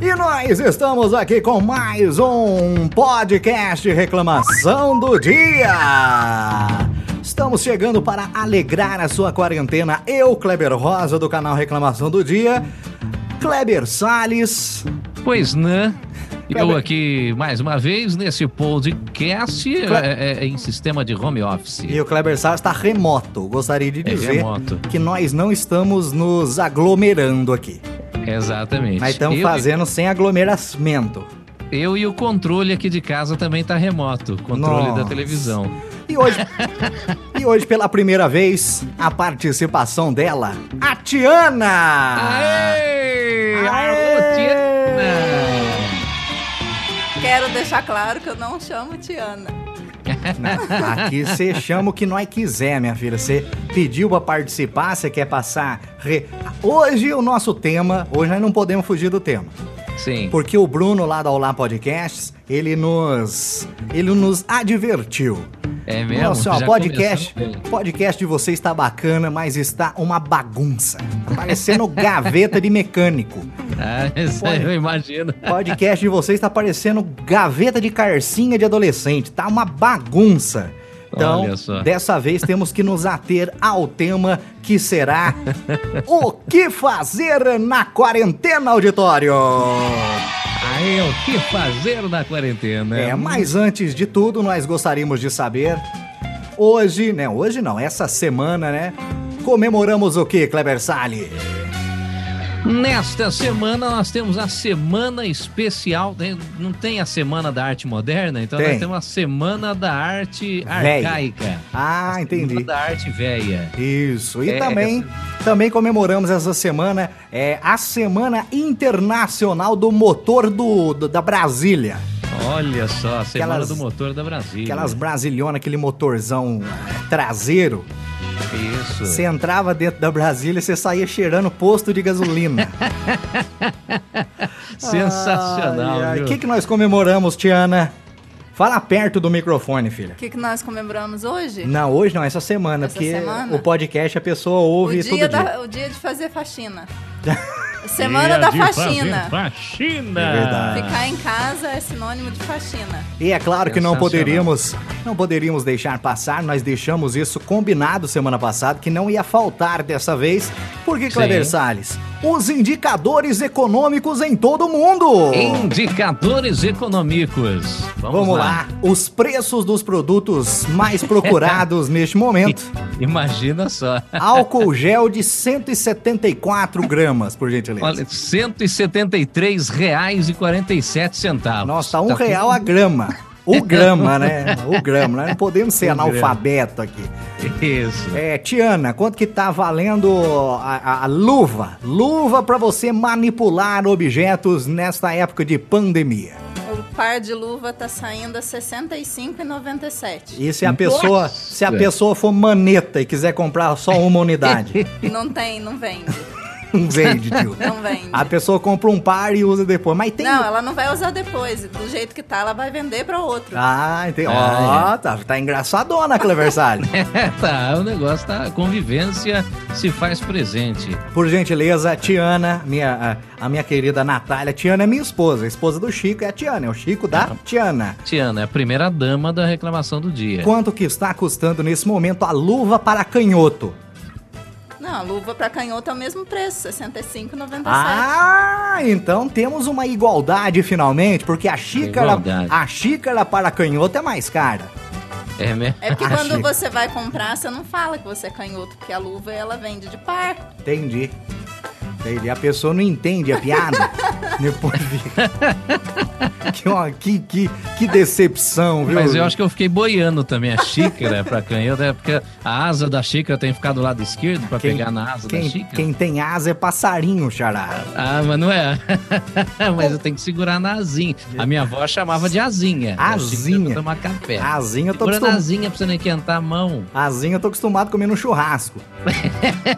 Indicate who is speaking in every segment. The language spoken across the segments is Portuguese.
Speaker 1: E nós estamos aqui com mais um podcast Reclamação do Dia. Estamos chegando para alegrar a sua quarentena. Eu, Kleber Rosa, do canal Reclamação do Dia. Kleber Salles.
Speaker 2: Pois não. Eu
Speaker 1: Kleber.
Speaker 2: aqui mais uma vez nesse podcast é, é, em sistema de home office.
Speaker 1: E o Kleber Salles está remoto. Gostaria de
Speaker 2: É
Speaker 1: dizer
Speaker 2: remoto.
Speaker 1: que nós não estamos nos aglomerando aqui.
Speaker 2: Exatamente.
Speaker 1: Nós estamos
Speaker 2: Eu-
Speaker 1: fazendo sem aglomeramento.
Speaker 2: Eu e o controle aqui de casa também tá remoto, o controle
Speaker 1: Nossa.
Speaker 2: da televisão.
Speaker 1: E hoje, e hoje pela primeira vez, a participação dela, a Tiana!
Speaker 2: Aê!
Speaker 1: Ah. Aê!
Speaker 2: Alô, Tiana!
Speaker 3: Quero deixar claro que eu não chamo Tiana.
Speaker 1: Aqui você chama o que nós quiser, minha filha. Você pediu pra participar, você quer passar. re- Hoje o nosso tema, hoje nós não podemos fugir do tema.
Speaker 2: Sim.
Speaker 1: Porque o Bruno lá da Olá Podcasts, ele nos. ele nos advertiu.
Speaker 2: É mesmo?
Speaker 1: Olha só,
Speaker 2: Já
Speaker 1: podcast,
Speaker 2: começamos bem.
Speaker 1: podcast de vocês está bacana, mas está uma bagunça. Tá parecendo gaveta de mecânico.
Speaker 2: Ah, isso aí eu imagino.
Speaker 1: Podcast de vocês está parecendo gaveta de carcinha de adolescente. Tá uma bagunça. Então,
Speaker 2: Olha só.
Speaker 1: dessa vez temos que nos ater ao tema que será O que fazer na quarentena, auditório?
Speaker 2: Aí, o que fazer na quarentena?
Speaker 1: É, mas antes de tudo, nós gostaríamos de saber. Hoje, né? Hoje não, essa semana, né? Comemoramos o que, Kleber Salles?
Speaker 2: Nesta semana nós temos a semana especial. né? Não tem a semana da arte moderna, então
Speaker 1: Tem.
Speaker 2: nós temos a semana da arte
Speaker 1: Véia.
Speaker 2: arcaica.
Speaker 1: Ah, entendi.
Speaker 2: Semana da arte velha.
Speaker 1: Isso. E
Speaker 2: É,
Speaker 1: também, também comemoramos essa semana é, a Semana Internacional do Motor do, do- da Brasília.
Speaker 2: Olha só, a semana
Speaker 1: Aquelas-
Speaker 2: do motor da Brasília.
Speaker 1: Aquelas brasilhonas, aquele motorzão é, traseiro.
Speaker 2: Isso.
Speaker 1: Você entrava dentro da Brasília e você saía cheirando posto de gasolina.
Speaker 2: Sensacional.
Speaker 1: Ai, ai.
Speaker 2: viu?
Speaker 1: O que, que nós comemoramos, Tiana? Fala perto do microfone, filha.
Speaker 3: O que, que nós comemoramos hoje?
Speaker 1: Não, hoje não, essa semana,
Speaker 3: Essa
Speaker 1: porque
Speaker 3: semana?
Speaker 1: o podcast a pessoa ouve
Speaker 3: o,
Speaker 1: todo
Speaker 3: dia
Speaker 1: dia.
Speaker 3: da- o dia de fazer faxina. Semana
Speaker 2: Dia
Speaker 3: da
Speaker 2: de fazer
Speaker 3: faxina.
Speaker 2: Faxina.
Speaker 1: É verdade.
Speaker 3: Ficar em casa é sinônimo de faxina.
Speaker 1: E é claro que não
Speaker 2: Sensacional.
Speaker 1: poderíamos, não poderíamos deixar passar, nós deixamos isso combinado semana passada que não ia faltar dessa vez. Porque, Kleber
Speaker 2: Sim.
Speaker 1: Salles, os indicadores econômicos em todo o mundo.
Speaker 2: Indicadores econômicos. Vamos,
Speaker 1: Vamos lá. os preços dos produtos mais procurados neste momento.
Speaker 2: Imagina só.
Speaker 1: Álcool gel de 174 gramas, por gentileza.
Speaker 2: Olha, R$ 173,47.
Speaker 1: Nossa, tá um real a grama. O grama, né? O grama. Nós não podemos ser
Speaker 2: O grama.
Speaker 1: analfabeto aqui.
Speaker 2: Isso.
Speaker 1: É, Tiana, quanto que tá valendo a, a- a luva? Luva pra você manipular objetos nesta época de pandemia.
Speaker 3: O par de luva tá saindo a 65,97.
Speaker 1: E se a pessoa,
Speaker 2: Nossa! É.
Speaker 1: se a pessoa for maneta e quiser comprar só uma unidade,
Speaker 3: Não tem, não vende.
Speaker 1: não vende, tio.
Speaker 3: Não vende.
Speaker 1: A pessoa compra um par e usa depois, mas tem um-
Speaker 3: Não, ela não vai usar depois. Do jeito que tá, ela vai vender pra outro.
Speaker 1: Ah, entendi. Ó,
Speaker 2: Ah,
Speaker 1: tá, tá engraçadona, Cleversal.
Speaker 2: É, tá, o negócio tá. A convivência se faz presente.
Speaker 1: Por gentileza, Tiana, minha, a, a minha querida Natália. Tiana é minha esposa. A esposa do Chico é a Tiana. É o Chico da Tiana.
Speaker 2: Tiana, é a primeira dama da reclamação do dia.
Speaker 1: Quanto que está custando nesse momento a luva para canhoto?
Speaker 3: Não, a luva pra canhoto é o mesmo preço, 65,97.
Speaker 1: Ah, então temos uma igualdade finalmente, porque a xícara,
Speaker 2: Igualdade.
Speaker 1: a xícara para canhoto é mais cara.
Speaker 2: É mesmo?
Speaker 3: É porque
Speaker 1: Ah, Achei.
Speaker 3: quando você vai comprar, você não fala que você é canhoto, porque a luva ela vende de par.
Speaker 1: Entendi. Entendi. A pessoa não entende a piada. Depois fica. Que, ó, que, que, que decepção, viu?
Speaker 2: Mas eu acho que eu fiquei boiando também a xícara pra canhão, é porque a asa da xícara tem que ficar do lado esquerdo pra pegar na asa da
Speaker 1: quem,
Speaker 2: xícara.
Speaker 1: quem tem asa é passarinho, xará.
Speaker 2: Ah, mas não é. mas eu tenho que segurar na asinha. A minha avó chamava de asinha. A xícara
Speaker 1: Asinha?
Speaker 2: Pra tomar café.
Speaker 1: Asinha eu tô
Speaker 2: É. Segura na
Speaker 1: acostumado.
Speaker 2: asinha pra você não esquentar a mão.
Speaker 1: Asinha eu tô acostumado comendo churrasco.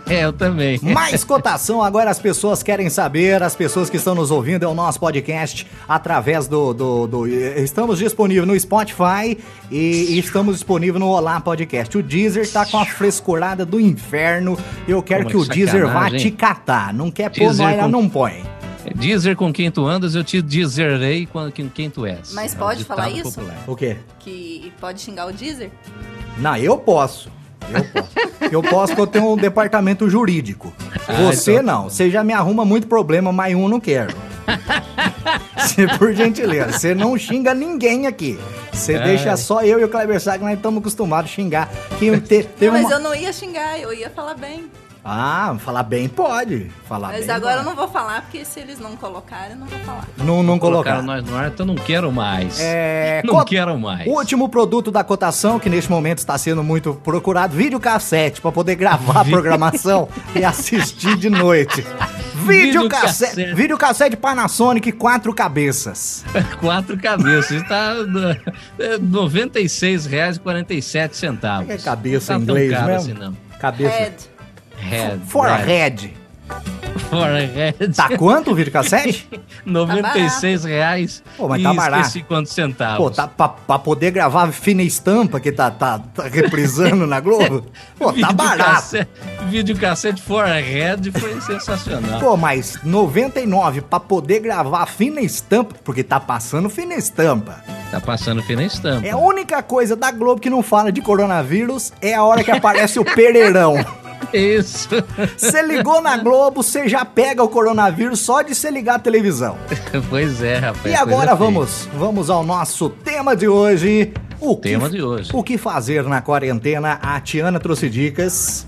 Speaker 2: É, eu também.
Speaker 1: Mais cotação, agora as pessoas querem saber, as pessoas que estão nos ouvindo, é o nosso podcast através do. do, do- estamos disponíveis no Spotify e estamos disponíveis no Olá Podcast. O Deezer tá com a frescurada do inferno. Eu quero
Speaker 2: Pô, mas
Speaker 1: que o Deezer vá
Speaker 2: sacanagem,
Speaker 1: te
Speaker 2: hein?
Speaker 1: catar. Não quer pôr
Speaker 2: Deezer
Speaker 1: nós lá,
Speaker 2: com-
Speaker 1: não põe.
Speaker 2: Dizer com quem tu andas, eu te dizerei com quem tu és.
Speaker 3: Mas
Speaker 2: É o
Speaker 3: pode
Speaker 2: ditado
Speaker 3: falar isso?
Speaker 2: popular.
Speaker 1: O quê?
Speaker 3: Que pode xingar o Deezer?
Speaker 1: Não, eu posso. Eu posso. eu posso porque eu tenho um departamento jurídico.
Speaker 2: Ah,
Speaker 1: Você
Speaker 2: então.
Speaker 1: não. Você já me arruma muito problema, mas um não quero. Você, por gentileza, você não xinga ninguém aqui. Você
Speaker 2: Ai.
Speaker 1: deixa só eu e o Kleber Saga, nós estamos acostumados a xingar. Quem te- teve
Speaker 3: Não, mas
Speaker 1: uma-
Speaker 3: eu não ia xingar, eu ia falar bem.
Speaker 1: Ah, falar bem pode. Falar
Speaker 3: mas
Speaker 1: bem
Speaker 3: agora eu
Speaker 1: pode.
Speaker 3: não vou falar, porque se eles não colocarem, eu não vou falar.
Speaker 1: Não, não
Speaker 2: Colocaram
Speaker 1: colocar.
Speaker 2: nós no ar, então não quero mais.
Speaker 1: É,
Speaker 2: Não
Speaker 1: co-
Speaker 2: quero mais.
Speaker 1: Último produto da cotação, que neste momento está sendo muito procurado, videocassete, para poder gravar a programação e assistir de noite. Videocassete,
Speaker 2: Videocassete.
Speaker 1: videocassete Panasonic quatro cabeças.
Speaker 2: Quatro cabeças. tá, é, Está R$ 96,47.
Speaker 1: É cabeça
Speaker 2: Não
Speaker 1: em
Speaker 2: tá tão
Speaker 1: inglês
Speaker 2: caro
Speaker 1: mesmo?
Speaker 2: Assim, não. É,
Speaker 1: Cabeça.
Speaker 3: Red.
Speaker 2: Head,
Speaker 1: For
Speaker 2: right.
Speaker 1: head.
Speaker 2: Forehead.
Speaker 1: Tá quanto o videocassete?
Speaker 2: 96 reais
Speaker 1: Pô, mas
Speaker 2: e
Speaker 1: tá barato.
Speaker 2: esqueci quantos centavos.
Speaker 1: Pô, tá pra, pra poder gravar fina estampa que tá, tá, tá reprisando na Globo? Pô, tá barato.
Speaker 2: Videocassete Forehead foi sensacional.
Speaker 1: Pô, mas 99 pra poder gravar fina estampa, porque tá passando fina estampa.
Speaker 2: Tá passando fina estampa.
Speaker 1: É a única coisa da Globo que não fala de coronavírus é a hora que aparece o Pereirão.
Speaker 2: Isso.
Speaker 1: Você ligou na Globo, você já pega o coronavírus só de você ligar a televisão.
Speaker 2: pois é, rapaz.
Speaker 1: E
Speaker 2: coisa
Speaker 1: agora
Speaker 2: feia.
Speaker 1: vamos, vamos ao nosso tema de hoje. O que-
Speaker 2: Tema de hoje.
Speaker 1: O que fazer na quarentena? A Tiana trouxe dicas.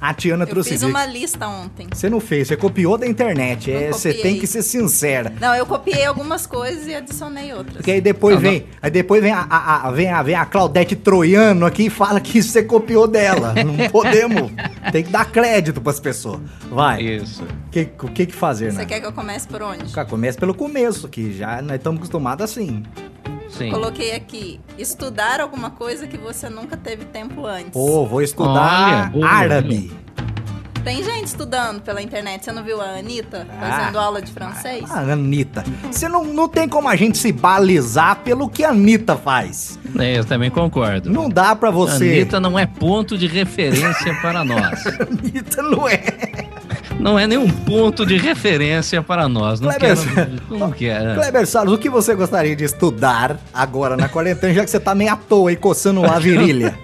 Speaker 1: A Tiana
Speaker 3: Eu
Speaker 1: trouxe
Speaker 3: fiz
Speaker 1: dicas.
Speaker 3: uma lista ontem.
Speaker 1: Você não fez, você copiou da internet.
Speaker 3: Não
Speaker 1: é, Você
Speaker 3: copiei.
Speaker 1: tem que ser sincera.
Speaker 3: Não, eu copiei algumas coisas e adicionei outras.
Speaker 1: Porque aí depois
Speaker 2: Não,
Speaker 1: vem, aí depois vem a, a- a- vem a vem a Claudete Troiano aqui e fala que você copiou dela. Não podemos. Tem que dar crédito pras pessoas. Vai.
Speaker 2: Isso.
Speaker 1: O que, o que que fazer,
Speaker 3: Você
Speaker 1: né?
Speaker 3: quer que eu comece por onde?
Speaker 1: Cara, Começa pelo começo, que já nós estamos acostumados assim.
Speaker 2: Sim.
Speaker 3: Coloquei aqui, estudar alguma coisa que você nunca teve tempo antes.
Speaker 1: Pô, vou estudar
Speaker 2: Olha, Ah, boa,
Speaker 1: árabe.
Speaker 3: Tem gente estudando pela internet, você não viu a Anitta
Speaker 1: Ah.
Speaker 3: fazendo aula de francês?
Speaker 1: Ah, Anitta. Você não, não tem como a gente se balizar pelo que a Anitta faz.
Speaker 2: É, eu também concordo.
Speaker 1: Não dá pra você.
Speaker 2: Anitta não é ponto de referência para nós.
Speaker 1: Anitta não é.
Speaker 2: Não é nenhum ponto de referência para nós. Não
Speaker 1: Kleber,
Speaker 2: quero. Não quero.
Speaker 1: Kleber Salles, o que você gostaria de estudar agora na quarentena, já que você tá meio à toa e coçando a virilha?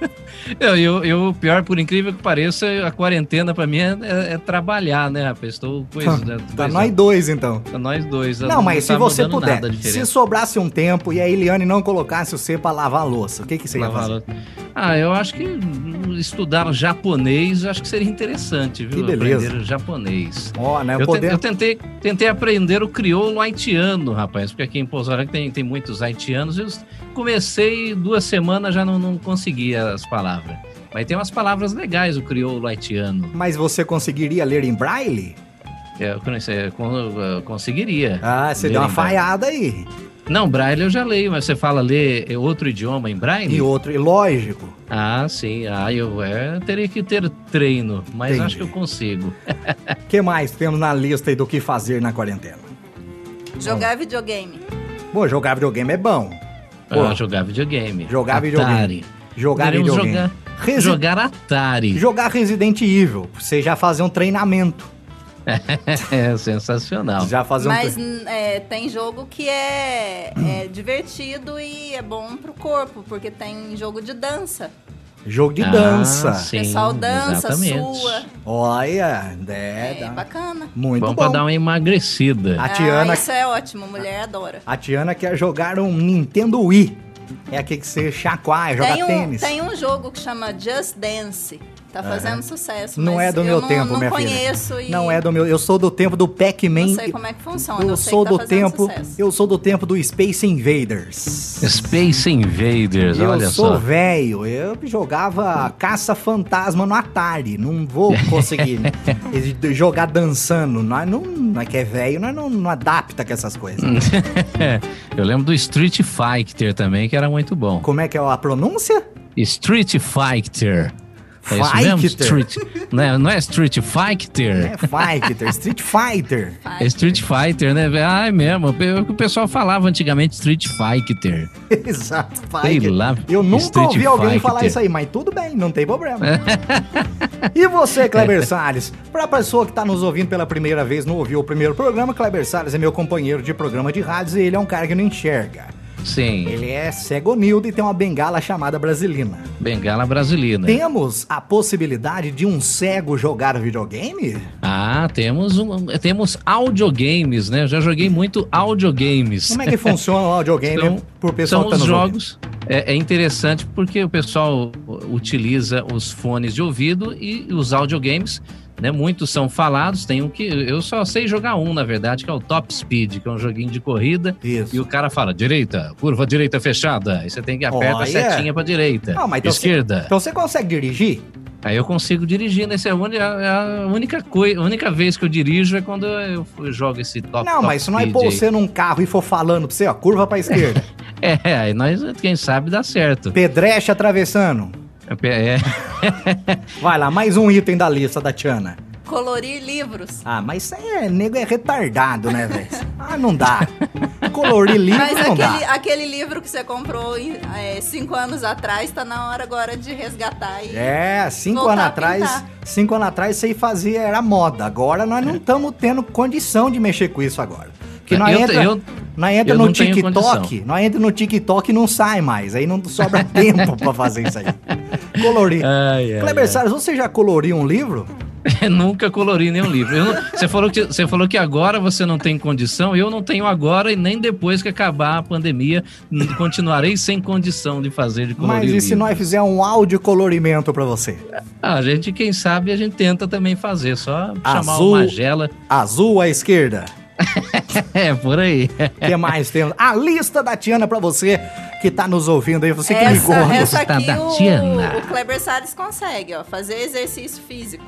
Speaker 2: Eu, eu, eu, pior, por incrível que pareça, a quarentena pra mim é, é- é trabalhar, né, rapaz? Estou coisa.
Speaker 1: Tá nós dois, então.
Speaker 2: Pra nós dois.
Speaker 1: Não, mas
Speaker 2: é. tá
Speaker 1: se você
Speaker 2: mudando
Speaker 1: puder,
Speaker 2: nada a
Speaker 1: se
Speaker 2: diferença.
Speaker 1: sobrasse um tempo e a Eliane não colocasse você pra lavar a louça, o que, que você ia
Speaker 2: Lavar
Speaker 1: fazer?
Speaker 2: louça. Ah, eu acho que hum, estudar japonês acho que seria interessante, viu?
Speaker 1: Que beleza.
Speaker 2: Aprender japonês.
Speaker 1: Ó, né?
Speaker 2: Eu, te- eu
Speaker 1: Poder...
Speaker 2: tentei, tentei aprender o crioulo haitiano, rapaz, porque aqui em Pouso Alegre tem, tem muitos haitianos. Eu comecei duas semanas, já não, não conseguia as palavras. Mas tem umas palavras legais o crioulo haitiano.
Speaker 1: Mas você conseguiria ler em braille?
Speaker 2: É, Eu, conheci- eu con- eu eh, conseguiria.
Speaker 1: Ah, você
Speaker 2: Ler
Speaker 1: deu uma
Speaker 2: em braille.
Speaker 1: falhada aí.
Speaker 2: Não, braille eu já leio, mas você fala ler é outro idioma em braille?
Speaker 1: E outro, e lógico.
Speaker 2: Ah, sim. Ah, eu é, teria que ter treino, mas
Speaker 1: Entendi.
Speaker 2: acho que eu consigo.
Speaker 1: O que mais temos na lista aí do que fazer na quarentena?
Speaker 3: Jogar videogame.
Speaker 1: Bom, jogar videogame é bom. Pô,
Speaker 2: Ah, jogar videogame.
Speaker 1: Jogar
Speaker 2: Atari.
Speaker 1: videogame. Jogar
Speaker 2: Poderíamos
Speaker 1: videogame.
Speaker 2: jogar-
Speaker 1: Resi-
Speaker 2: Jogar Atari.
Speaker 1: Jogar Resident Evil, pra você já fazer um treinamento.
Speaker 2: É sensacional.
Speaker 1: Já fazer um
Speaker 3: Mas
Speaker 1: tre-
Speaker 3: n- é, tem jogo que é, é divertido e é bom pro corpo, porque tem jogo de dança.
Speaker 1: jogo de
Speaker 2: Ah,
Speaker 1: dança.
Speaker 2: sim.
Speaker 3: O pessoal dança,
Speaker 2: exatamente.
Speaker 3: sua.
Speaker 1: Olha, é,
Speaker 3: É,
Speaker 1: dá-
Speaker 3: bacana.
Speaker 1: muito
Speaker 2: bom
Speaker 1: bom.
Speaker 2: pra dar um- uma emagrecida.
Speaker 1: A Tiana,
Speaker 3: Ah, isso é ótimo, mulher adora.
Speaker 1: a Tiana quer jogar um Nintendo Wii. É aquele que você chacoalha, joga
Speaker 3: tem, um,
Speaker 1: tênis.
Speaker 3: tem um jogo que chama Just Dance. Tá fazendo sucesso.
Speaker 1: Não
Speaker 3: mas
Speaker 1: é do
Speaker 3: eu
Speaker 1: meu
Speaker 3: não,
Speaker 1: tempo,
Speaker 3: não
Speaker 1: minha filha.
Speaker 3: conheço e
Speaker 1: Não é do meu, eu sou do tempo do
Speaker 3: um não
Speaker 1: Pac-Man.
Speaker 3: sei como é que funciona.
Speaker 1: Eu
Speaker 3: sei que
Speaker 1: sou
Speaker 3: tá
Speaker 1: do
Speaker 3: fazendo
Speaker 1: tempo,
Speaker 3: sucesso.
Speaker 1: eu sou do tempo do Space Invaders.
Speaker 2: Space Invaders,
Speaker 1: Eu
Speaker 2: olha
Speaker 1: sou
Speaker 2: só.
Speaker 1: velho, eu jogava caça-fantasma no Atari, não vou conseguir né? E jogar dançando, nós não, nós que é velho, nós não, não adapta com essas coisas.
Speaker 2: Hum. Eu lembro do Street Fighter também, que era muito bom.
Speaker 1: Como é que é a pronúncia?
Speaker 2: Street Fighter. É isso mesmo?
Speaker 1: Fighter.
Speaker 2: Street... não, é, não é Street Fighter?
Speaker 1: É Fighter, Street Fighter.
Speaker 2: É Street Fighter, né? velho? Ah, é mesmo. É o que o pessoal falava antigamente, Street Fighter.
Speaker 1: Exato,
Speaker 2: Sei
Speaker 1: Fighter.
Speaker 2: lá,
Speaker 1: Eu nunca
Speaker 2: Street
Speaker 1: ouvi alguém
Speaker 2: Fighter.
Speaker 1: falar isso aí, mas tudo bem, não tem problema. E você, Kleber Salles? Para a pessoa que está nos ouvindo pela primeira vez, não ouviu o primeiro programa, Kleber Salles é meu companheiro de programa de rádios e ele é um cara que não enxerga.
Speaker 2: Sim,
Speaker 1: Ele é cegonildo e tem uma bengala chamada Brasilina.
Speaker 2: bengala brasileira.
Speaker 1: Temos a possibilidade de um cego jogar videogame?
Speaker 2: Ah, temos um, temos audiogames, né? Eu já joguei muito audiogames.
Speaker 1: Como é que funciona o audiogame
Speaker 2: São-
Speaker 1: pro pessoal
Speaker 2: São
Speaker 1: que tá
Speaker 2: Então, os
Speaker 1: nos ouvindo?
Speaker 2: jogos. É, é interessante porque o pessoal utiliza os fones de ouvido e os audiogames, né? Muitos são falados, tem um que eu só sei jogar um, na verdade, que é o Top Speed, que é um joguinho de corrida.
Speaker 1: Isso.
Speaker 2: E o cara fala direita, curva direita fechada. Aí você tem que aperta
Speaker 1: Olha.
Speaker 2: a setinha para direita,
Speaker 1: Ah, mas então você-
Speaker 2: esquerda.
Speaker 1: Então você consegue dirigir?
Speaker 2: Aí eu consigo dirigir, né? Essa é a uni- a a única coisa, a única vez que eu dirijo é quando eu eu jogo esse top.
Speaker 1: não,
Speaker 2: top
Speaker 1: mas se não é
Speaker 2: speed
Speaker 1: pôr
Speaker 2: aí.
Speaker 1: você num carro e for falando pra você, ó, curva pra esquerda,
Speaker 2: É, aí nós, quem sabe dá certo.
Speaker 1: pedreche atravessando.
Speaker 2: É,
Speaker 1: Vai lá, mais um item da lista da Tiana.
Speaker 3: Colorir livros.
Speaker 1: Ah, mas isso aí é, nego é retardado, né, velho? Ah, não dá. Colorir livro
Speaker 3: Mas
Speaker 1: não
Speaker 3: aquele,
Speaker 1: dá.
Speaker 3: aquele livro que você comprou é, cinco anos atrás, tá na hora agora de resgatar. E...
Speaker 1: É, cinco
Speaker 3: Voltar
Speaker 1: anos
Speaker 3: a
Speaker 1: atrás, cinco anos atrás isso aí fazia, era moda. Agora nós
Speaker 3: É.
Speaker 1: não estamos tendo condição de mexer com isso agora. Porque nós
Speaker 2: É, eu,
Speaker 1: entra,
Speaker 2: eu-
Speaker 1: nós entra
Speaker 2: eu
Speaker 1: no
Speaker 2: não tenho
Speaker 1: TikTok,
Speaker 2: condição.
Speaker 1: nós entra no TikTok e não sai mais. Aí não sobra tempo pra fazer isso aí. Colorir.
Speaker 2: ai, ai,
Speaker 1: Kleber Salles, você já coloriu um livro?
Speaker 2: ai. nunca colori nenhum livro. Eu não- você, falou que, você falou que agora você não tem condição, eu não tenho agora e nem depois que acabar a pandemia n- continuarei sem condição de fazer de colorir.
Speaker 1: Mas e se
Speaker 2: livro.
Speaker 1: nós fizer um áudio colorimento pra você?
Speaker 2: Ah, a gente, quem sabe, a gente tenta também fazer, só chamar
Speaker 1: Azul.
Speaker 2: o Magela.
Speaker 1: Azul à esquerda.
Speaker 2: É, por aí.
Speaker 1: O que mais temos? A lista da Tiana pra você que tá nos ouvindo aí, você que ligou. né?
Speaker 3: Essa,
Speaker 2: Gordo.
Speaker 3: essa aqui
Speaker 2: Tá
Speaker 3: o,
Speaker 2: Tatiana.
Speaker 3: o Kleber Salles consegue, ó. Fazer exercício físico.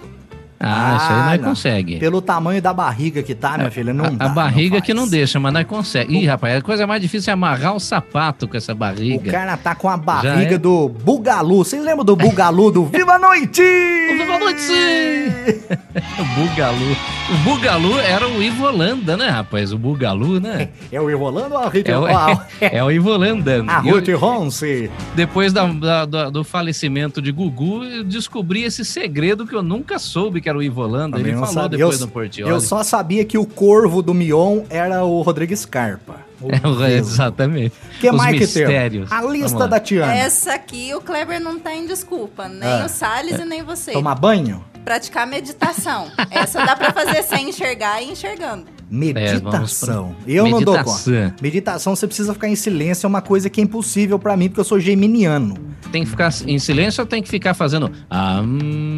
Speaker 2: Ah, isso aí
Speaker 1: Ah,
Speaker 2: nós
Speaker 1: não.
Speaker 2: consegue.
Speaker 1: Pelo tamanho da barriga que tá, minha filha, não
Speaker 2: A-
Speaker 1: dá,
Speaker 2: a barriga
Speaker 1: faz.
Speaker 2: que não deixa, mas nós consegue. Ih, rapaz, a coisa mais difícil é amarrar o sapato com essa
Speaker 1: O
Speaker 2: barriga.
Speaker 1: cara tá com a barriga
Speaker 2: é.
Speaker 1: do Bugalu. Vocês lembram do Bugalu do Viva a Noite?
Speaker 2: O Viva a Noite! O Bugalu. O Bugalu era o Ivolanda, né, rapaz? O Bugalu, né?
Speaker 1: É o Irolando ou a Rita?
Speaker 2: É o, é o Ivolanda.
Speaker 1: A
Speaker 2: E eu-
Speaker 1: Ruth Ronce.
Speaker 2: depois da- da- da- do falecimento de Gugu, eu descobri esse segredo que eu nunca soube que era o Ivolanda.
Speaker 1: Também
Speaker 2: Ele
Speaker 1: não
Speaker 2: falou
Speaker 1: sabe.
Speaker 2: depois
Speaker 1: eu,
Speaker 2: do Portioli.
Speaker 1: Eu só sabia que o corvo do Mion era o Rodrigo Scarpa. O
Speaker 2: É, o- é, exatamente.
Speaker 1: que
Speaker 2: Os
Speaker 1: mais que temos?
Speaker 2: mistérios.
Speaker 1: A
Speaker 2: Vamos
Speaker 1: lista
Speaker 2: lá.
Speaker 1: da Tiana.
Speaker 3: Essa aqui o Kleber não tem desculpa, nem
Speaker 1: Tá. Ah.
Speaker 3: o Salles e nem você.
Speaker 1: Tomar banho?
Speaker 2: É,
Speaker 3: Praticar meditação. Essa dá pra fazer sem enxergar e enxergando.
Speaker 1: Meditação. eu não dou conta.
Speaker 2: Meditação.
Speaker 1: Meditação, você precisa ficar em silêncio, é uma coisa que é impossível pra mim, porque eu sou geminiano.
Speaker 2: Tem que ficar em silêncio ou tem que ficar fazendo. Ah,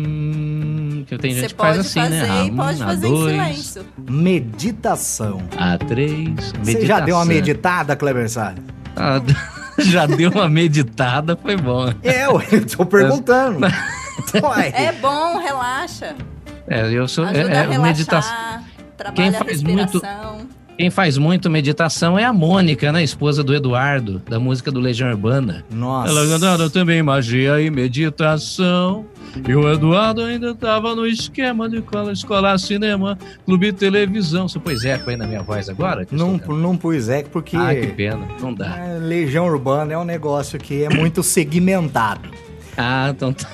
Speaker 2: hum, que tem gente que
Speaker 3: Você
Speaker 2: faz
Speaker 3: pode
Speaker 2: assim,
Speaker 3: fazer
Speaker 2: né? Ah,
Speaker 3: e
Speaker 2: hum,
Speaker 3: pode
Speaker 2: a
Speaker 3: fazer
Speaker 2: dois,
Speaker 3: em silêncio.
Speaker 1: Meditação.
Speaker 2: A três.
Speaker 1: Você já deu uma
Speaker 2: meditação.
Speaker 1: meditada, Kleber Salles?
Speaker 2: Ah, já deu uma meditada, foi bom.
Speaker 1: É, ué, eu tô perguntando. Uai.
Speaker 3: É bom, relaxa.
Speaker 2: É, eu sou.
Speaker 3: Ajuda
Speaker 2: é,
Speaker 3: a
Speaker 2: é,
Speaker 3: relaxar.
Speaker 2: meditação.
Speaker 3: Trabalha
Speaker 2: Quem
Speaker 3: a
Speaker 2: faz muito-
Speaker 3: respiração.
Speaker 2: Quem faz muito meditação é a Mônica, né? Esposa do Eduardo, da música do Legião Urbana.
Speaker 1: Nossa.
Speaker 2: Ela "Ah, cantando também magia e meditação. E o Eduardo ainda estava no esquema de escola, escolar, cinema, clube e televisão. Você pôs eco aí na minha voz agora? que eu
Speaker 1: Não,
Speaker 2: estou
Speaker 1: não pus é porque
Speaker 2: Ah, que pena. Não dá.
Speaker 1: é, Legião Urbana é um negócio que é muito segmentado.
Speaker 2: Ah, então tá.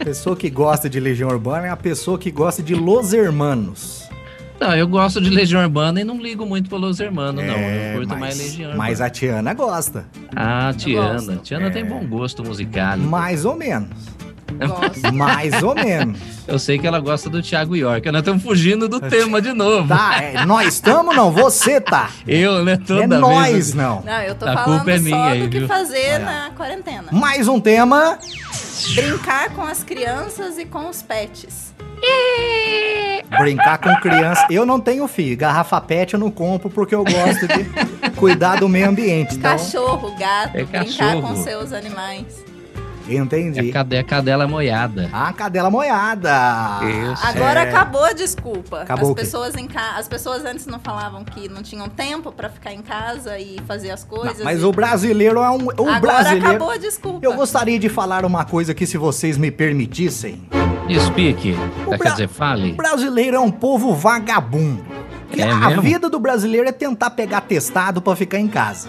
Speaker 1: Pessoa que gosta de Legião Urbana é a pessoa que gosta de Los Hermanos.
Speaker 2: Não, eu gosto de Legião Urbana e não ligo muito pro Los Hermanos, não.
Speaker 1: É,
Speaker 2: Eu curto mais
Speaker 1: mas-
Speaker 2: Legião Urbana.
Speaker 1: Mas a Tiana gosta.
Speaker 2: Ah, Tiana.
Speaker 1: É.
Speaker 3: gosto.
Speaker 2: Tiana tem bom gosto musical.
Speaker 1: Mais ou menos.
Speaker 3: Gosto.
Speaker 1: Mais ou menos.
Speaker 2: Eu sei que ela gosta do Thiago York. Nós estamos fugindo do tema de novo.
Speaker 1: Tá, é, nós estamos não, você tá.
Speaker 2: Eu, né? Toda
Speaker 1: é
Speaker 2: vez.
Speaker 1: nós não.
Speaker 3: Não, eu tô
Speaker 2: A
Speaker 3: falando
Speaker 2: culpa é
Speaker 3: só
Speaker 2: minha
Speaker 3: do
Speaker 2: aí,
Speaker 3: que
Speaker 2: viu?
Speaker 3: fazer na quarentena.
Speaker 1: Mais um tema.
Speaker 3: Brincar com as crianças e com os pets.
Speaker 1: Brincar com criança. Eu não tenho filho. Garrafa pet eu não compro porque eu gosto de cuidar do meio ambiente. Então,
Speaker 3: Cachorro, gato,
Speaker 2: É
Speaker 3: brincar
Speaker 2: cachorro.
Speaker 3: com seus animais.
Speaker 2: É
Speaker 1: entendi.
Speaker 2: a cade- é a cadela moiada.
Speaker 1: A cadela moiada.
Speaker 2: Isso.
Speaker 3: Agora
Speaker 1: É.
Speaker 3: acabou a desculpa.
Speaker 1: Acabou o
Speaker 3: as
Speaker 1: quê?
Speaker 3: pessoas em ca... as pessoas antes não falavam que não tinham tempo pra ficar em casa e fazer as coisas.
Speaker 1: Não, mas
Speaker 3: e-
Speaker 1: o brasileiro é um. O
Speaker 3: Agora
Speaker 1: brasileiro.
Speaker 3: acabou a desculpa.
Speaker 1: Eu gostaria de falar uma coisa aqui, se vocês me permitissem.
Speaker 2: Explique.
Speaker 1: O
Speaker 2: Tá, Quer
Speaker 1: Bra-
Speaker 2: dizer,
Speaker 1: O
Speaker 2: fale.
Speaker 1: brasileiro é um povo vagabundo. Que
Speaker 2: É
Speaker 1: a
Speaker 2: mesmo?
Speaker 1: vida do brasileiro é tentar pegar testado pra ficar em casa.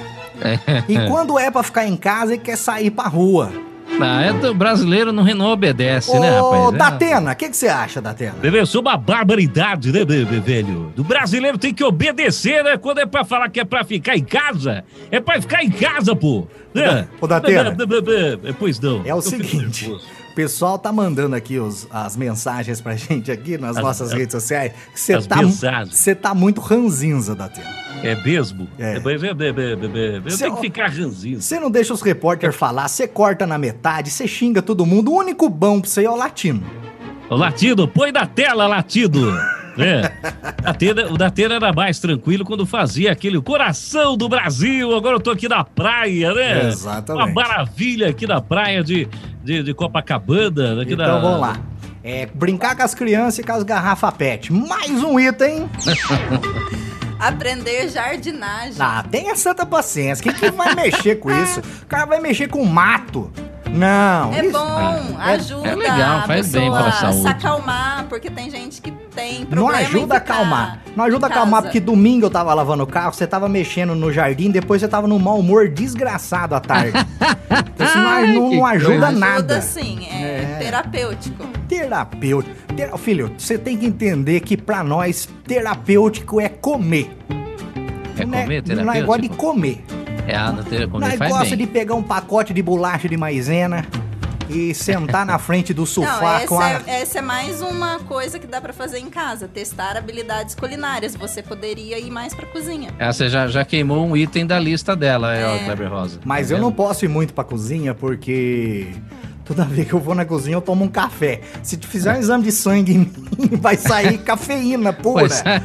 Speaker 1: E quando é pra ficar em casa, ele quer sair pra rua.
Speaker 2: Tá,
Speaker 4: Não, é do brasileiro não, não obedece, né,
Speaker 1: Ô,
Speaker 4: rapaz? É-
Speaker 1: Datena, o que que você acha, Datena?
Speaker 2: Bebê, isso é uma barbaridade, né, bebê, velho? O brasileiro tem que obedecer, né? Quando é pra falar que é pra ficar em casa, é pra ficar em casa, pô. Né?
Speaker 1: Ô, Datena.
Speaker 2: Bebê, bebê, bebê. Pois não.
Speaker 1: É o
Speaker 2: Eu fico
Speaker 1: seguinte,
Speaker 2: nervoso.
Speaker 1: o pessoal tá mandando aqui os- as mensagens pra gente aqui nas
Speaker 2: As-
Speaker 1: nossas
Speaker 2: as-
Speaker 1: redes sociais. Você
Speaker 2: as
Speaker 1: tá, mu-
Speaker 2: mensagens.
Speaker 1: cê tá muito ranzinza da
Speaker 2: É mesmo?
Speaker 1: É.
Speaker 2: Bebê, bebê, bebê. Eu
Speaker 1: Cê-
Speaker 2: tenho que ficar ranzinho.
Speaker 1: Você não deixa os repórter falar, você corta na metade, você xinga todo mundo. O único bom pra você é o latino.
Speaker 2: Ô, Latido, põe na tela, Latido! É. Datena- o Datena era mais tranquilo quando fazia aquele coração do Brasil. Agora eu tô aqui na praia, né?
Speaker 1: Exatamente.
Speaker 2: Uma maravilha aqui na praia de, de, de Copacabana. Aqui na-
Speaker 1: Então vamos lá. É, brincar com as crianças e com as garrafas pet. Mais um item.
Speaker 3: Aprender jardinagem.
Speaker 1: Ah, tenha santa paciência. Quem que vai mexer com isso? O cara vai mexer com mato. Não.
Speaker 3: É
Speaker 1: isso-
Speaker 3: bom,
Speaker 1: é-
Speaker 3: ajuda
Speaker 4: é legal, faz
Speaker 3: a pessoa
Speaker 4: bem pra saúde.
Speaker 3: se acalmar, porque tem gente que tem
Speaker 1: Não
Speaker 3: problema em
Speaker 1: ajuda
Speaker 3: ficar
Speaker 1: a acalmar. Não ajuda a
Speaker 3: em
Speaker 1: acalmar,
Speaker 3: casa.
Speaker 1: porque domingo eu tava lavando o carro, você tava mexendo no jardim, depois você tava num mau humor desgraçado à tarde. Então, Isso não,
Speaker 4: Ai,
Speaker 1: não-
Speaker 4: que
Speaker 1: não ajuda
Speaker 4: coisa.
Speaker 1: nada.
Speaker 3: Ajuda sim, é,
Speaker 1: É.
Speaker 3: terapêutico.
Speaker 1: Terapêutico. Ter- Filho, você tem que entender que pra nós, terapêutico é comer.
Speaker 4: É
Speaker 1: Não
Speaker 4: comer,
Speaker 1: Não é igual de
Speaker 4: terapêutico?
Speaker 1: comer.
Speaker 4: É, a terapia
Speaker 1: Nós
Speaker 4: comer faz
Speaker 1: gosta
Speaker 4: bem.
Speaker 1: de pegar um pacote de bolacha de maisena e sentar na frente do sofá
Speaker 3: Não, essa,
Speaker 1: com a...
Speaker 3: é, essa é mais uma coisa que dá pra fazer em casa, testar habilidades culinárias. Você poderia ir mais pra cozinha.
Speaker 4: Ah, você já, já queimou um item da lista dela, é, ó,
Speaker 3: É.
Speaker 4: Kleber Rosa.
Speaker 1: Mas
Speaker 4: Tá
Speaker 1: eu
Speaker 4: vendo?
Speaker 1: não posso ir muito pra cozinha porque toda vez que eu vou na cozinha eu tomo um café. Se tu fizer um exame de sangue em mim, vai sair cafeína pura.
Speaker 4: Pois é.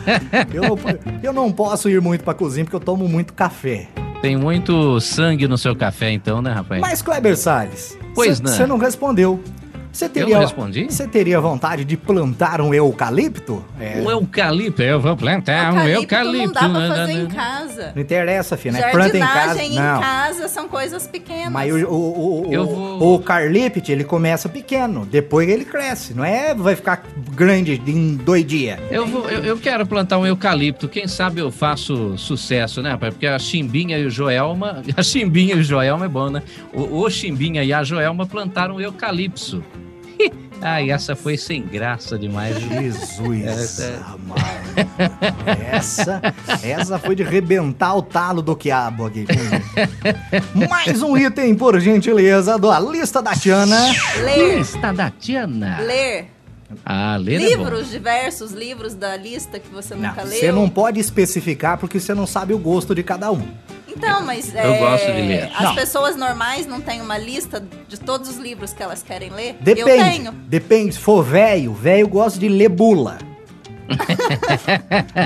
Speaker 1: Eu não, eu não posso ir muito pra cozinha porque eu tomo muito café.
Speaker 4: Tem muito sangue no seu café, então, né, rapaz?
Speaker 1: Mas Kleber Salles,
Speaker 4: Pois não.
Speaker 1: você não respondeu. Você teria,
Speaker 4: não respondi?
Speaker 1: Você teria vontade de plantar um eucalipto? É.
Speaker 4: O Um eucalipto, eu vou plantar um
Speaker 3: não
Speaker 4: eucalipto.
Speaker 3: dá pra
Speaker 4: né,
Speaker 3: fazer
Speaker 4: né,
Speaker 3: em
Speaker 4: né.
Speaker 3: casa.
Speaker 1: Não interessa, filho,
Speaker 3: é
Speaker 1: né? Planta em casa.
Speaker 3: Jardinagem em
Speaker 1: não.
Speaker 3: casa são coisas pequenas.
Speaker 1: Mas o, o, o,
Speaker 4: Eu
Speaker 1: o,
Speaker 4: vou-
Speaker 1: o Carlípede, ele começa pequeno, depois ele cresce, não é? Vai ficar grande em dois dias.
Speaker 4: Eu, vou, eu, eu quero plantar um eucalipto. Quem sabe eu faço sucesso, né, rapaz? Porque a Chimbinha e o Joelma. A Chimbinha e o Joelma é bom, né? O, o Chimbinha e a Joelma plantaram um eucalipso. Ai, essa foi sem graça demais. viu? É
Speaker 1: Jesus, amado. Essa, essa foi de rebentar o talo do quiabo aqui. Mais um item, por gentileza, da lista da Tiana.
Speaker 3: Ler,
Speaker 4: Lista da Tiana.
Speaker 3: ler.
Speaker 4: Ah, ler é bom.
Speaker 3: Livros, diversos livros da lista que você
Speaker 1: Não,
Speaker 3: nunca
Speaker 1: você
Speaker 3: leu.
Speaker 1: não pode especificar porque você não sabe o gosto de cada um.
Speaker 3: Então, mas
Speaker 4: Eu
Speaker 3: é,
Speaker 4: gosto de ler.
Speaker 3: as
Speaker 1: Não.
Speaker 3: pessoas normais não têm uma lista de todos os livros que elas querem ler? Eu
Speaker 1: Depende.
Speaker 3: tenho.
Speaker 1: Depende. Se for velho, velho gosta de ler bula.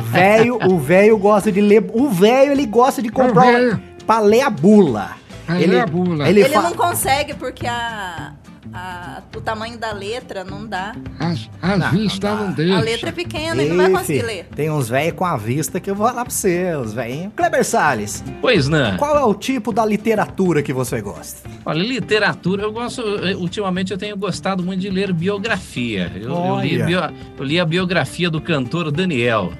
Speaker 1: velho, o velho gosta de ler. O velho, ele gosta de comprar.
Speaker 5: É velho.
Speaker 1: Pra ler a bula.
Speaker 5: Pra ler a bula.
Speaker 1: Ele,
Speaker 3: Ele,
Speaker 1: fa-
Speaker 3: não consegue porque a, a- o tamanho da letra não dá.
Speaker 5: As, as
Speaker 1: Não,
Speaker 5: vistas
Speaker 1: não dá.
Speaker 5: não,
Speaker 3: A
Speaker 5: deixam.
Speaker 3: letra é pequena, ele não vai
Speaker 1: Ih,
Speaker 3: conseguir
Speaker 1: fi,
Speaker 3: ler.
Speaker 1: Tem uns velhos com a vista que eu vou falar pra você, os velhinhos. Kleber Salles,
Speaker 4: Pois não.
Speaker 1: qual é o tipo da literatura que você gosta?
Speaker 4: Olha, literatura, eu gosto. eu- Ultimamente eu tenho gostado muito de ler biografia. Eu, eu li,
Speaker 1: Olha.
Speaker 4: bio- eu li a biografia do cantor Daniel.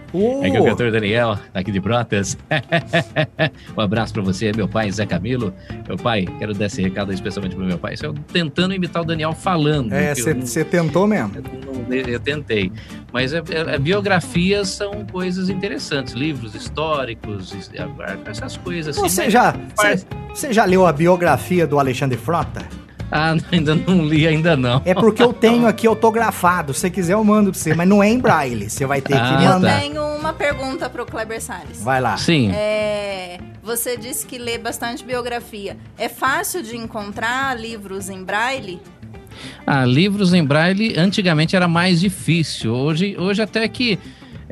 Speaker 4: É que o cantor Daniel, aqui de Brotas. um abraço pra você, meu pai, Zé Camilo. Meu pai, quero dar esse recado aí especialmente pro meu pai. Isso é eu tentando imitar o Daniel falando.
Speaker 1: É,
Speaker 4: que eu não-
Speaker 1: você tentou mesmo.
Speaker 4: eu não- Eu tentei, mas é- é- é- biografias são coisas interessantes, livros históricos, es- essas coisas. assim,
Speaker 1: Você
Speaker 4: mas-
Speaker 1: já,
Speaker 4: faz-
Speaker 1: você- você já leu a biografia do Alexandre Frota?
Speaker 4: Ah, ainda não li, ainda não.
Speaker 1: É porque eu tenho aqui autografado. Se você quiser, eu mando pra você, mas não é em braille. Você vai ter que
Speaker 4: Ah,
Speaker 3: Eu
Speaker 1: mandar.
Speaker 3: tenho uma pergunta pro Kleber Salles.
Speaker 1: Vai lá.
Speaker 4: Sim.
Speaker 3: É, você disse que lê bastante biografia. É fácil de encontrar livros em braille?
Speaker 4: Ah, livros em braille antigamente era mais difícil. Hoje, hoje até que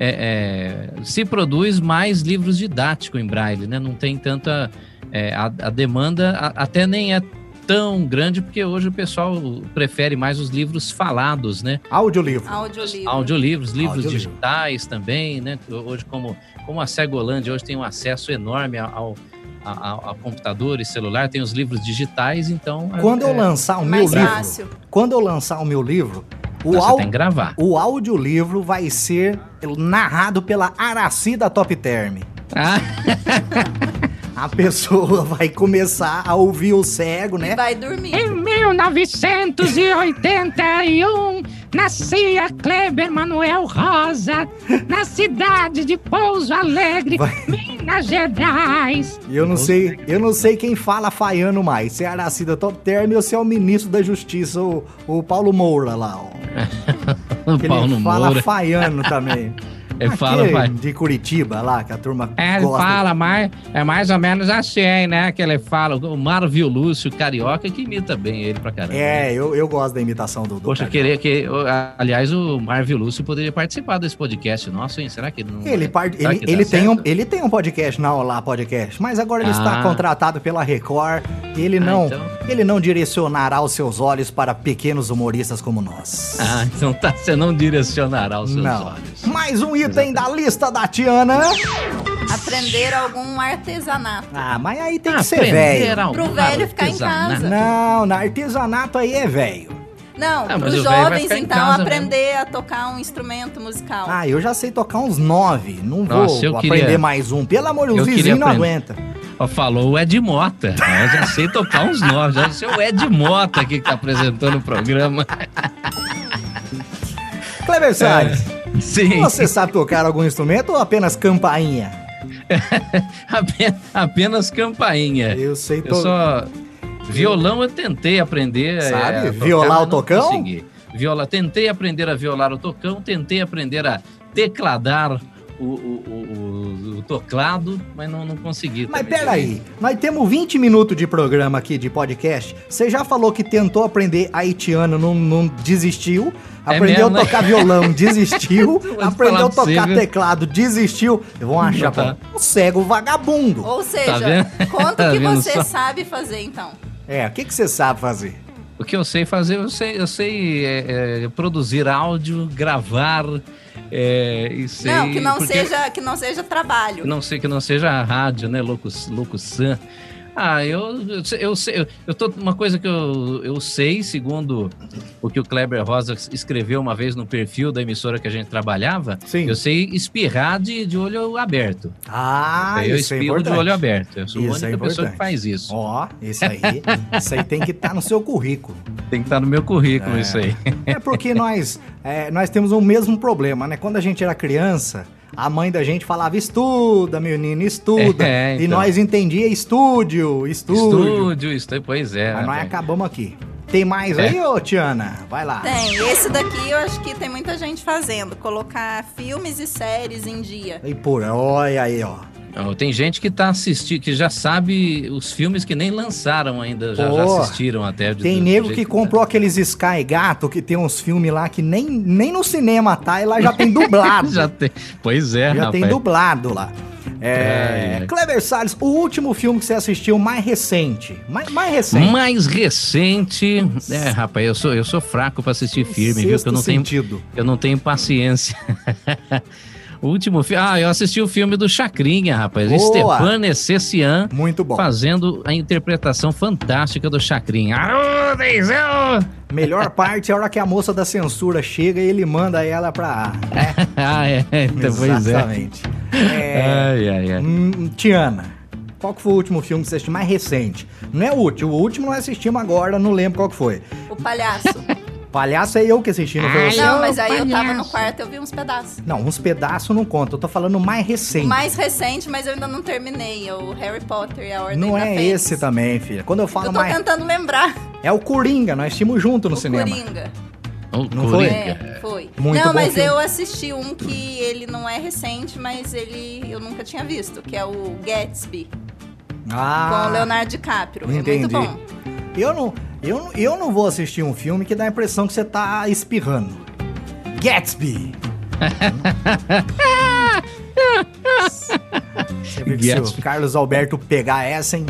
Speaker 4: é, é, se produz mais livros didáticos em braille, né? Não tem tanta é, a, a demanda a- até nem é tão grande porque hoje o pessoal prefere mais os livros falados, né?
Speaker 1: Audiolivro.
Speaker 3: Audiolivro.
Speaker 4: Audiolivros, livros
Speaker 1: Audiolivro.
Speaker 4: digitais também, né? Hoje como como a Cegolândia hoje tem um acesso enorme ao a, a- a computador e celular, tem os livros digitais, então é-
Speaker 1: Quando eu
Speaker 4: é,
Speaker 1: lançar o meu
Speaker 3: Mais
Speaker 1: livro,
Speaker 3: fácil.
Speaker 1: quando eu lançar o meu livro, o,
Speaker 4: você
Speaker 1: au-
Speaker 4: tem que gravar.
Speaker 1: o audiolivro vai ser narrado pela Araci da Top Term.
Speaker 4: Ah.
Speaker 1: A a pessoa vai começar a ouvir o cego,
Speaker 3: E
Speaker 1: né?
Speaker 3: vai dormir.
Speaker 6: Em 1981, nascia um, Kleber Manuel Rosa, na cidade de Pouso Alegre,
Speaker 1: Vai.
Speaker 6: Minas Gerais.
Speaker 1: E eu não
Speaker 4: né,
Speaker 1: sei, eu não sei quem fala faiano mais, se é Aracida Top Term ou se é o ministro da Justiça, o, o Paulo Moura lá, ó.
Speaker 4: O
Speaker 1: Que
Speaker 4: Paulo
Speaker 1: ele fala
Speaker 4: Moura.
Speaker 1: faiano também.
Speaker 4: Ele fala,
Speaker 1: Aquele
Speaker 4: vai.
Speaker 1: De Curitiba lá, que a turma
Speaker 6: É, ele
Speaker 1: gosta.
Speaker 6: fala mais.
Speaker 4: É mais ou menos assim, né? Que ele fala, o Marvio Lúcio, carioca, que imita bem ele pra caramba. né?
Speaker 1: É, eu, eu gosto da imitação do, do
Speaker 4: Poxa,
Speaker 1: cara.
Speaker 4: querer que. o- a- Aliás, o Marvio Lúcio poderia participar desse podcast nosso, hein? Será que ele não. é?
Speaker 1: Ele, par-
Speaker 4: Será
Speaker 1: ele,
Speaker 4: que dá
Speaker 1: ele tem um,
Speaker 4: certo?
Speaker 1: ele tem um podcast na Olá Podcast, mas agora ele está
Speaker 4: Ah.
Speaker 1: contratado pela Record e ele
Speaker 4: Ah,
Speaker 1: não,
Speaker 4: então.
Speaker 1: ele não direcionará os seus olhos para pequenos humoristas como nós.
Speaker 4: Ah, então tá, você não direcionará os seus
Speaker 1: não.
Speaker 4: olhos.
Speaker 1: Mais um item da lista da Tiana.
Speaker 3: Aprender algum artesanato.
Speaker 1: Ah, mas aí tem que ser
Speaker 4: Aprender
Speaker 1: velho.
Speaker 4: a
Speaker 3: Pro
Speaker 4: amar
Speaker 3: velho
Speaker 4: o
Speaker 3: ficar em
Speaker 4: artesanato.
Speaker 3: casa.
Speaker 1: Não, na artesanato aí é velho.
Speaker 3: Não,
Speaker 4: Ah, mas
Speaker 3: pros
Speaker 4: o velho vai
Speaker 3: jovens,
Speaker 4: ficar em
Speaker 3: então,
Speaker 4: casa
Speaker 3: aprender a tocar um instrumento musical.
Speaker 1: Ah, eu já sei tocar uns nove. Não
Speaker 4: Nossa, eu
Speaker 1: vou
Speaker 4: queria-
Speaker 1: aprender mais um. Pelo amor de
Speaker 4: Eu
Speaker 1: Deus,
Speaker 4: queria
Speaker 1: vizinho não
Speaker 4: aprender.
Speaker 1: aguenta.
Speaker 4: Ó, Falou o Ed Mota. né? Eu já sei tocar uns nós. Já sei o Ed Mota aqui que tá apresentando o programa.
Speaker 1: Cleber Salles,
Speaker 4: Sim.
Speaker 1: você sabe tocar algum instrumento ou apenas campainha?
Speaker 4: Ape- Apenas campainha.
Speaker 1: Eu sei
Speaker 4: É. Eu
Speaker 1: tocar.
Speaker 4: só. Violão eu tentei aprender. é,
Speaker 1: Sabe?
Speaker 4: a tocar,
Speaker 1: Violar
Speaker 4: mas
Speaker 1: o
Speaker 4: não
Speaker 1: tocão?
Speaker 4: Consegui. Viola, tentei aprender a violar o tocão, tentei aprender a tecladar o, o, o- o- o toclado, mas não, não consegui.
Speaker 1: Mas
Speaker 4: também.
Speaker 1: peraí, nós temos 20 minutos de programa aqui de podcast. Você já falou que tentou aprender haitiano, não, não desistiu.
Speaker 4: É
Speaker 1: Aprendeu
Speaker 4: mesmo,
Speaker 1: a
Speaker 4: né?
Speaker 1: tocar violão, desistiu.
Speaker 4: Vou
Speaker 1: aprendeu a
Speaker 4: falar pra você,
Speaker 1: tocar
Speaker 4: viu?
Speaker 1: teclado, desistiu. Vão achar
Speaker 4: Tá.
Speaker 1: pô, um cego vagabundo.
Speaker 3: Ou seja,
Speaker 4: vendo?
Speaker 3: conta
Speaker 4: Tá
Speaker 3: o que
Speaker 4: vendo
Speaker 3: você
Speaker 4: só?
Speaker 3: sabe fazer, então.
Speaker 1: É, o que que você sabe fazer?
Speaker 4: O que eu sei fazer, eu sei, eu sei é, é, produzir áudio, gravar é, e sei.
Speaker 3: não, que não,
Speaker 4: porque-
Speaker 3: seja, que não seja trabalho.
Speaker 4: que não sei que não seja a rádio, né? Locu- Locução. Ah, eu, eu, sei- eu sei. Eu, eu tô, uma coisa que eu, eu sei, segundo o que o Kleber Rosa escreveu uma vez no perfil da emissora que a gente trabalhava,
Speaker 1: Sim.
Speaker 4: eu sei espirrar de, de olho aberto.
Speaker 1: Ah,
Speaker 4: eu
Speaker 1: isso é
Speaker 4: espirro de
Speaker 1: importante.
Speaker 4: olho aberto. Eu sou
Speaker 1: Isso
Speaker 4: a
Speaker 1: é
Speaker 4: única pessoa
Speaker 1: importante.
Speaker 4: que faz isso.
Speaker 1: Ó, isso aí, isso aí tem que estar no seu currículo.
Speaker 4: Tem que estar no meu currículo
Speaker 1: É.
Speaker 4: isso aí.
Speaker 1: É porque nós, é, nós temos o mesmo problema, né? Quando a gente era criança, a mãe da gente falava estuda, menino, estuda.
Speaker 4: É,
Speaker 1: E
Speaker 4: então.
Speaker 1: nós entendia estúdio, estúdio.
Speaker 4: Estúdio, estúdio, pois é.
Speaker 1: Mas nós
Speaker 4: rapaz.
Speaker 1: acabamos aqui. Tem mais
Speaker 4: É.
Speaker 1: aí, ô Tiana? Vai lá.
Speaker 3: Tem. Esse daqui eu acho que tem muita gente fazendo. Colocar filmes e séries em dia.
Speaker 1: E por, olha aí, ó.
Speaker 4: Não, Tem gente que tá assistindo, que já sabe os filmes que nem lançaram ainda, já, já
Speaker 1: Pô,
Speaker 4: assistiram até. do-
Speaker 1: Tem
Speaker 4: do
Speaker 1: nego
Speaker 4: jeito
Speaker 1: que
Speaker 4: tá.
Speaker 1: comprou aqueles Sky Gato, que tem uns filmes lá que nem, nem no cinema tá, e lá já tem dublado.
Speaker 4: Já tem. Pois é,
Speaker 1: Já
Speaker 4: rapaz.
Speaker 1: tem dublado lá. É,
Speaker 4: Ai, ai.
Speaker 1: Kleber Salles, o último filme que você assistiu mais recente. Mais, mais recente.
Speaker 4: Mais recente. É, rapaz, eu sou, eu sou fraco pra assistir filme, viu? Que
Speaker 1: Sexto
Speaker 4: eu não, tenho,
Speaker 1: sentido.
Speaker 4: eu não tenho paciência. o último filme. Ah, eu assisti o filme do Chacrinha, rapaz.
Speaker 1: Boa.
Speaker 4: Stepan Essessian
Speaker 1: Muito bom.
Speaker 4: fazendo a interpretação fantástica do Chacrinha. Alô, Deizão!
Speaker 1: Melhor parte é a hora que a moça da censura chega e ele manda ela pra.
Speaker 4: ah, é, então, pois é. Ah.
Speaker 1: Exatamente. É,
Speaker 4: Ai, ai, ai.
Speaker 1: hum, Tiana, qual que foi o último filme que você assistiu mais recente? Não é o último, o último nós assistimos agora, não lembro qual que foi.
Speaker 3: O palhaço.
Speaker 1: Palhaço é eu que assisti, não foi
Speaker 6: Ai,
Speaker 1: você?
Speaker 3: Ah, não,
Speaker 6: ô,
Speaker 3: mas aí eu tava no
Speaker 6: palhaço.
Speaker 3: quarto eu vi uns pedaços.
Speaker 1: Não, uns pedaços não conta, eu tô falando mais
Speaker 3: O
Speaker 1: recente.
Speaker 3: mais recente, mas eu ainda não terminei. É o Harry Potter e a Ordem
Speaker 1: Não
Speaker 3: da
Speaker 1: é
Speaker 3: Fênix.
Speaker 1: esse também, filha. Quando eu falo
Speaker 3: Eu tô
Speaker 1: mais.
Speaker 3: tentando lembrar.
Speaker 1: É o Coringa, nós assistimos junto no
Speaker 3: o
Speaker 1: cinema.
Speaker 3: Coringa.
Speaker 4: O
Speaker 1: Não foi?
Speaker 4: Coringa.
Speaker 3: É, foi.
Speaker 1: Muito bom
Speaker 3: não, mas
Speaker 1: filme.
Speaker 3: eu assisti um que ele não é recente, mas ele eu nunca tinha visto, que é o Gatsby,
Speaker 1: Ah,
Speaker 3: com o Leonardo DiCaprio.
Speaker 1: entendi.
Speaker 3: É muito bom.
Speaker 1: Ah, Eu não, eu, não- eu não vou assistir um filme que dá a impressão que você tá espirrando. Gatsby! Você viu que se o
Speaker 4: Gatsby.
Speaker 1: Carlos Alberto pegar essa, hein?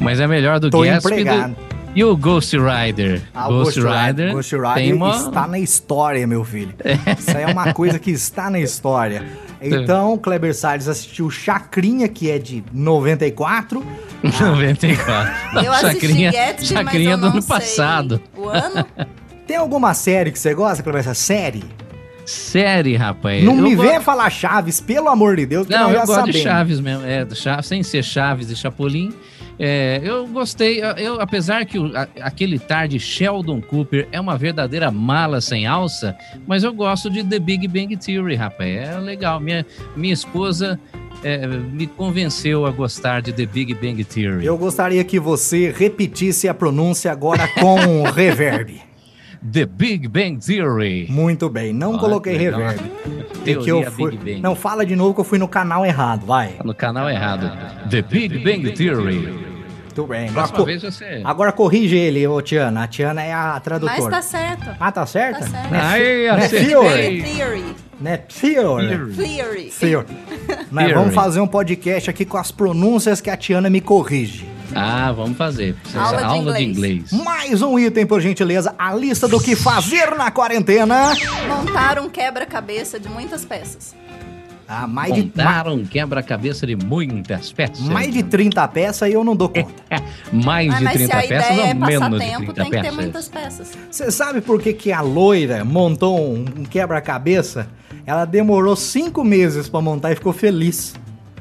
Speaker 4: Mas é melhor do
Speaker 1: Tô
Speaker 4: Gatsby do-
Speaker 1: empregado.
Speaker 4: E o Ghost Rider?
Speaker 1: Ah, o Ghost Rider
Speaker 4: tem uma...
Speaker 1: está na história, meu filho. Isso aí é uma coisa que está na história.
Speaker 4: É.
Speaker 1: Então, Kleber Salles assistiu Chacrinha, que é de 94.
Speaker 4: 94.
Speaker 3: Eu
Speaker 4: Chacrinha,
Speaker 3: assisti Gatsby, mas
Speaker 4: Chacrinha
Speaker 3: eu
Speaker 4: do
Speaker 3: não
Speaker 4: ano
Speaker 3: sei
Speaker 4: passado.
Speaker 3: O ano?
Speaker 1: Tem alguma série que você gosta, Kleber? Essa série?
Speaker 4: série, rapaz.
Speaker 1: Não
Speaker 4: É, Eu
Speaker 1: me
Speaker 4: go-
Speaker 1: venha falar Chaves, pelo amor de Deus, que
Speaker 4: Não,
Speaker 1: nós
Speaker 4: eu
Speaker 1: já
Speaker 4: gosto de
Speaker 1: sabemos.
Speaker 4: Chaves mesmo. É, do Cha- sem ser Chaves e Chapolin. É, eu gostei. eu- Eu, apesar que o- a- aquele tarde Sheldon Cooper é uma verdadeira mala sem alça, mas eu gosto de The Big Bang Theory, rapaz. É legal. Minha, minha esposa é, me convenceu a gostar de The Big Bang Theory.
Speaker 1: Eu gostaria que você repetisse a pronúncia agora com reverb.
Speaker 4: The Big Bang Theory.
Speaker 1: Muito bem, não
Speaker 4: Ah,
Speaker 1: coloquei
Speaker 4: legal.
Speaker 1: reverb. Porque
Speaker 4: Teoria
Speaker 1: eu fui...
Speaker 4: Big Bang.
Speaker 1: Não, fala de novo que eu fui no canal errado, vai.
Speaker 4: No canal errado. The Big Bang Theory.
Speaker 1: Muito bem. Agora,
Speaker 4: Próxima
Speaker 1: co- Ah,
Speaker 4: vez você. é.
Speaker 1: agora corrige ele, ô Tiana. A Tiana é a
Speaker 3: Mas
Speaker 1: tradutora.
Speaker 3: tá certo.
Speaker 1: Ah, tá certa?
Speaker 3: Tá certa.
Speaker 1: Não é fi-
Speaker 4: Aí,
Speaker 1: não é
Speaker 4: acertei.
Speaker 1: Theory.
Speaker 3: Theory.
Speaker 1: Não é Theory.
Speaker 3: Theory.
Speaker 1: Theory. Nós
Speaker 4: Theory.
Speaker 1: vamos fazer um podcast aqui com as pronúncias que a Tiana me corrige.
Speaker 4: Ah, vamos fazer. Precisa-
Speaker 3: Aula
Speaker 4: Aula,
Speaker 3: de
Speaker 4: de
Speaker 3: inglês.
Speaker 4: inglês.
Speaker 1: Mais um item, por gentileza. A lista do que fazer na quarentena.
Speaker 3: Montar um quebra-cabeça de muitas peças.
Speaker 1: Ah, mais de, ma-
Speaker 4: Montaram um quebra-cabeça de muitas peças.
Speaker 1: mais de 30 peças e eu não dou
Speaker 4: É.
Speaker 1: conta.
Speaker 4: Mais
Speaker 3: Ah,
Speaker 4: de
Speaker 3: mas se
Speaker 4: 30
Speaker 3: a
Speaker 4: peças
Speaker 3: ideia é
Speaker 4: ou
Speaker 3: passar
Speaker 4: menos de
Speaker 3: tempo,
Speaker 4: 30
Speaker 3: tem que ter
Speaker 4: peças.
Speaker 3: muitas peças.
Speaker 1: Você sabe por que, que a loira montou um um quebra-cabeça? Ela demorou cinco meses pra montar e ficou feliz.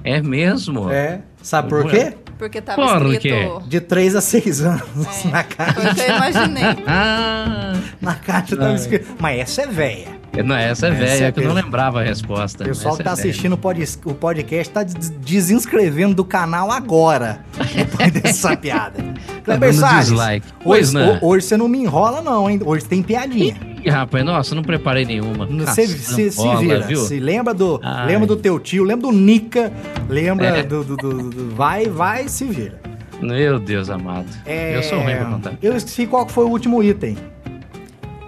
Speaker 4: É mesmo?
Speaker 1: É. Sabe por quê?
Speaker 3: Porque tava
Speaker 4: Por
Speaker 3: escrito.
Speaker 4: quê?
Speaker 1: De 3 a 6 anos na
Speaker 3: Foi o que
Speaker 1: caixa.
Speaker 3: eu imaginei.
Speaker 4: Ah,
Speaker 1: Na caixa tava escrito. Mas essa é velha.
Speaker 4: não, essa é
Speaker 1: Essa
Speaker 4: velha,
Speaker 1: é
Speaker 4: que eu não
Speaker 1: velha.
Speaker 4: lembrava a resposta.
Speaker 1: O pessoal que
Speaker 4: Essa é
Speaker 1: tá
Speaker 4: velha.
Speaker 1: assistindo o pod- o podcast tá des- desinscrevendo do canal agora. Depois dessa piada. Kleber
Speaker 4: Tá dando
Speaker 1: Salles,
Speaker 4: dislike. Pois
Speaker 1: Hoje,
Speaker 4: não.
Speaker 1: ho- hoje você não me enrola, não, hein? Hoje tem piadinha.
Speaker 4: Ih, rapaz, nossa, não preparei nenhuma.
Speaker 1: Você se, se
Speaker 4: Caçambola,
Speaker 1: vira,
Speaker 4: viu?
Speaker 1: se lembra do,
Speaker 4: Ai.
Speaker 1: lembra do teu tio, lembra do Nica, lembra
Speaker 4: É.
Speaker 1: do, do- do- do- vai, vai, se vira.
Speaker 4: Meu Deus amado.
Speaker 1: É,
Speaker 4: Eu sou ruim pra contar.
Speaker 1: Eu esqueci qual que foi o último item.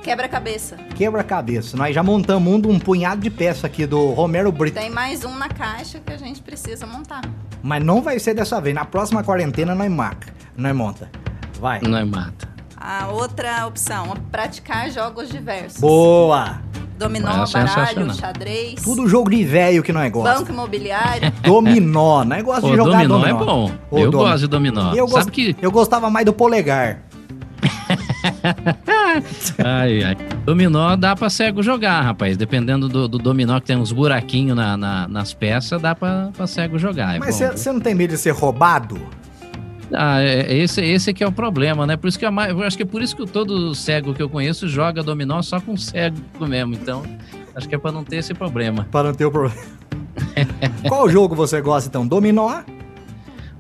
Speaker 3: Quebra-cabeça.
Speaker 1: Quebra-cabeça. Nós já montamos um, um punhado de peça aqui do Romero Brito,
Speaker 3: Tem mais um na caixa que a gente precisa montar.
Speaker 1: mas não vai ser dessa vez. Na próxima quarentena nós marca, nós monta. Vai.
Speaker 4: Não é mata.
Speaker 3: A outra opção, praticar jogos diversos.
Speaker 1: Boa.
Speaker 3: Dominó,
Speaker 4: É
Speaker 3: baralho,
Speaker 4: sensacional.
Speaker 3: xadrez,
Speaker 1: Tudo jogo de velho que nós gosta.
Speaker 3: banco imobiliário.
Speaker 1: Dominó. Nós gosta
Speaker 4: O
Speaker 1: de jogar
Speaker 4: dominó,
Speaker 1: dominó.
Speaker 4: é bom.
Speaker 1: Ô,
Speaker 4: eu
Speaker 1: dominó.
Speaker 4: gosto de dominó.
Speaker 1: Eu,
Speaker 4: Sabe
Speaker 1: gost-
Speaker 4: que
Speaker 1: eu gostava mais do polegar.
Speaker 4: Ai, ai. Dominó dá pra cego jogar, rapaz. Dependendo do, do dominó que tem uns buraquinhos na- na- nas peças, dá pra, pra cego jogar. É
Speaker 1: Mas
Speaker 4: bom.
Speaker 1: você não tem medo de ser roubado?
Speaker 4: Ah, é- esse, esse que é o problema, né? Por isso que a ma- eu acho que é por isso que todo cego que eu conheço joga dominó só com cego mesmo. Então, acho que é pra não ter esse problema.
Speaker 1: Para não ter o problema. Qual jogo você gosta então? Dominó?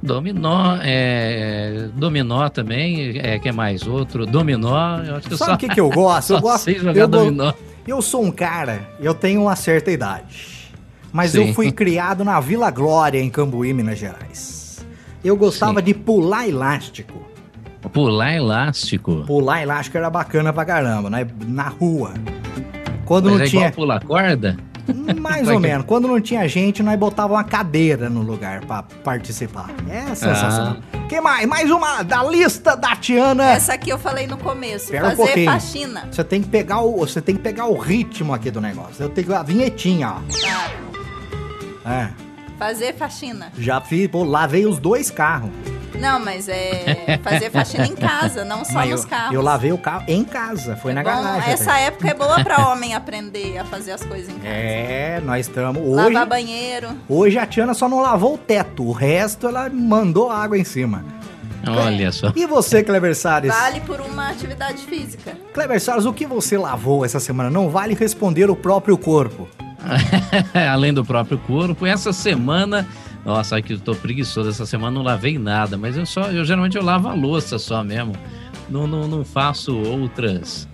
Speaker 4: Dominó, é, dominó também, é que é mais outro. Dominó, eu acho que eu
Speaker 1: Sabe
Speaker 4: só,
Speaker 1: o que, que eu gosto?
Speaker 4: só
Speaker 1: Eu gosto.
Speaker 4: sei jogar
Speaker 1: Eu, go-
Speaker 4: dominó.
Speaker 1: eu sou um cara, eu tenho uma certa idade. Mas eu
Speaker 4: Sim.
Speaker 1: fui criado na Vila Glória, em Cambuí, Minas Gerais. Eu gostava de pular elástico.
Speaker 4: Pular elástico.
Speaker 1: Pular elástico era bacana pra caramba, né? Na rua. Quando
Speaker 4: Mas
Speaker 1: não
Speaker 4: é
Speaker 1: tinha.
Speaker 4: igual pular corda?
Speaker 1: Mais
Speaker 4: Vai
Speaker 1: ou
Speaker 4: que-
Speaker 1: menos. Quando não tinha gente, nós botava uma cadeira no lugar pra participar. É sensacional. Que mais? Mais uma da lista da Tiana.
Speaker 3: Essa aqui eu falei no começo.
Speaker 1: Espera um
Speaker 3: fazer
Speaker 1: pouquinho.
Speaker 3: faxina.
Speaker 1: Você tem que pegar o, você tem que pegar o ritmo aqui do negócio. Eu tenho a vinhetinha, ó.
Speaker 3: Claro.
Speaker 1: É.
Speaker 3: Tá. Fazer faxina.
Speaker 1: Já fiz, pô, lavei os dois carros.
Speaker 3: Não, mas é fazer faxina em casa, não só
Speaker 1: Mas
Speaker 3: nos
Speaker 1: eu,
Speaker 3: carros.
Speaker 1: eu lavei o carro em casa, foi na
Speaker 3: Bom,
Speaker 1: garagem.
Speaker 3: essa época é boa pra homem aprender a fazer as coisas em casa.
Speaker 1: É, nós estamos hoje.
Speaker 3: Lavar banheiro.
Speaker 1: Hoje a Tiana só não lavou o teto, o resto ela mandou água em cima.
Speaker 4: Olha só.
Speaker 1: E você, Clever Salles?
Speaker 3: Vale por uma atividade física.
Speaker 1: Kleber Salles, o que você lavou essa semana? Não vale responder o próprio corpo.
Speaker 4: Além do próprio corpo, essa semana, nossa, que eu tô preguiçoso essa semana, não lavei nada, mas eu só, eu geralmente eu lavo a louça só mesmo. Não, não, não faço outras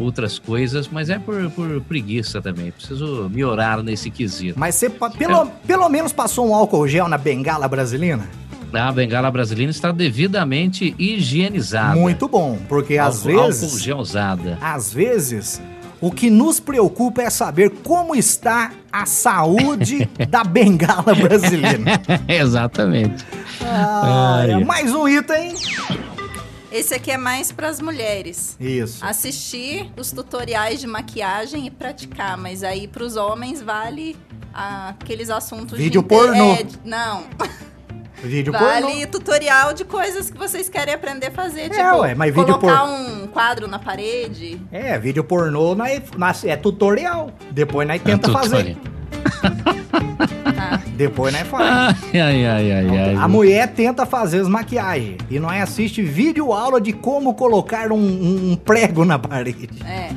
Speaker 4: outras coisas, mas é por, por preguiça também. Preciso me orar nesse quesito.
Speaker 1: Mas você pa- pelo, pelo menos passou um álcool gel na bengala brasileira?
Speaker 4: A bengala brasileira está devidamente higienizada.
Speaker 1: Muito bom, porque às
Speaker 4: Ah, Álcool- Álcool
Speaker 1: vezes,
Speaker 4: gelzada.
Speaker 1: às vezes, o que nos preocupa é saber como está a saúde da bengala brasileira.
Speaker 4: Exatamente.
Speaker 1: Ah,
Speaker 4: Ai.
Speaker 1: mais um item.
Speaker 3: Esse aqui é mais pras mulheres.
Speaker 1: Isso.
Speaker 3: Assistir os tutoriais de maquiagem e praticar, mas aí pros homens vale ah, aqueles assuntos
Speaker 1: Vídeo
Speaker 3: de inter-
Speaker 1: pornô.
Speaker 3: é, de- não.
Speaker 1: Vídeo pornô.
Speaker 3: Vale tutorial de coisas que vocês querem aprender a fazer.
Speaker 1: É,
Speaker 3: tipo,
Speaker 1: ué, mas vídeo
Speaker 3: colocar
Speaker 1: por-
Speaker 3: um quadro na parede.
Speaker 1: É, vídeo pornô na, na- é tutorial. Depois nós
Speaker 4: É
Speaker 1: tenta fazer.
Speaker 3: Tá?
Speaker 1: Depois nós faz.
Speaker 4: Ai, ai, ai, ai, ai.
Speaker 1: A mulher tenta fazer as maquiagens e nós assiste vídeo aula de como colocar um, um- um prego na parede.
Speaker 3: É.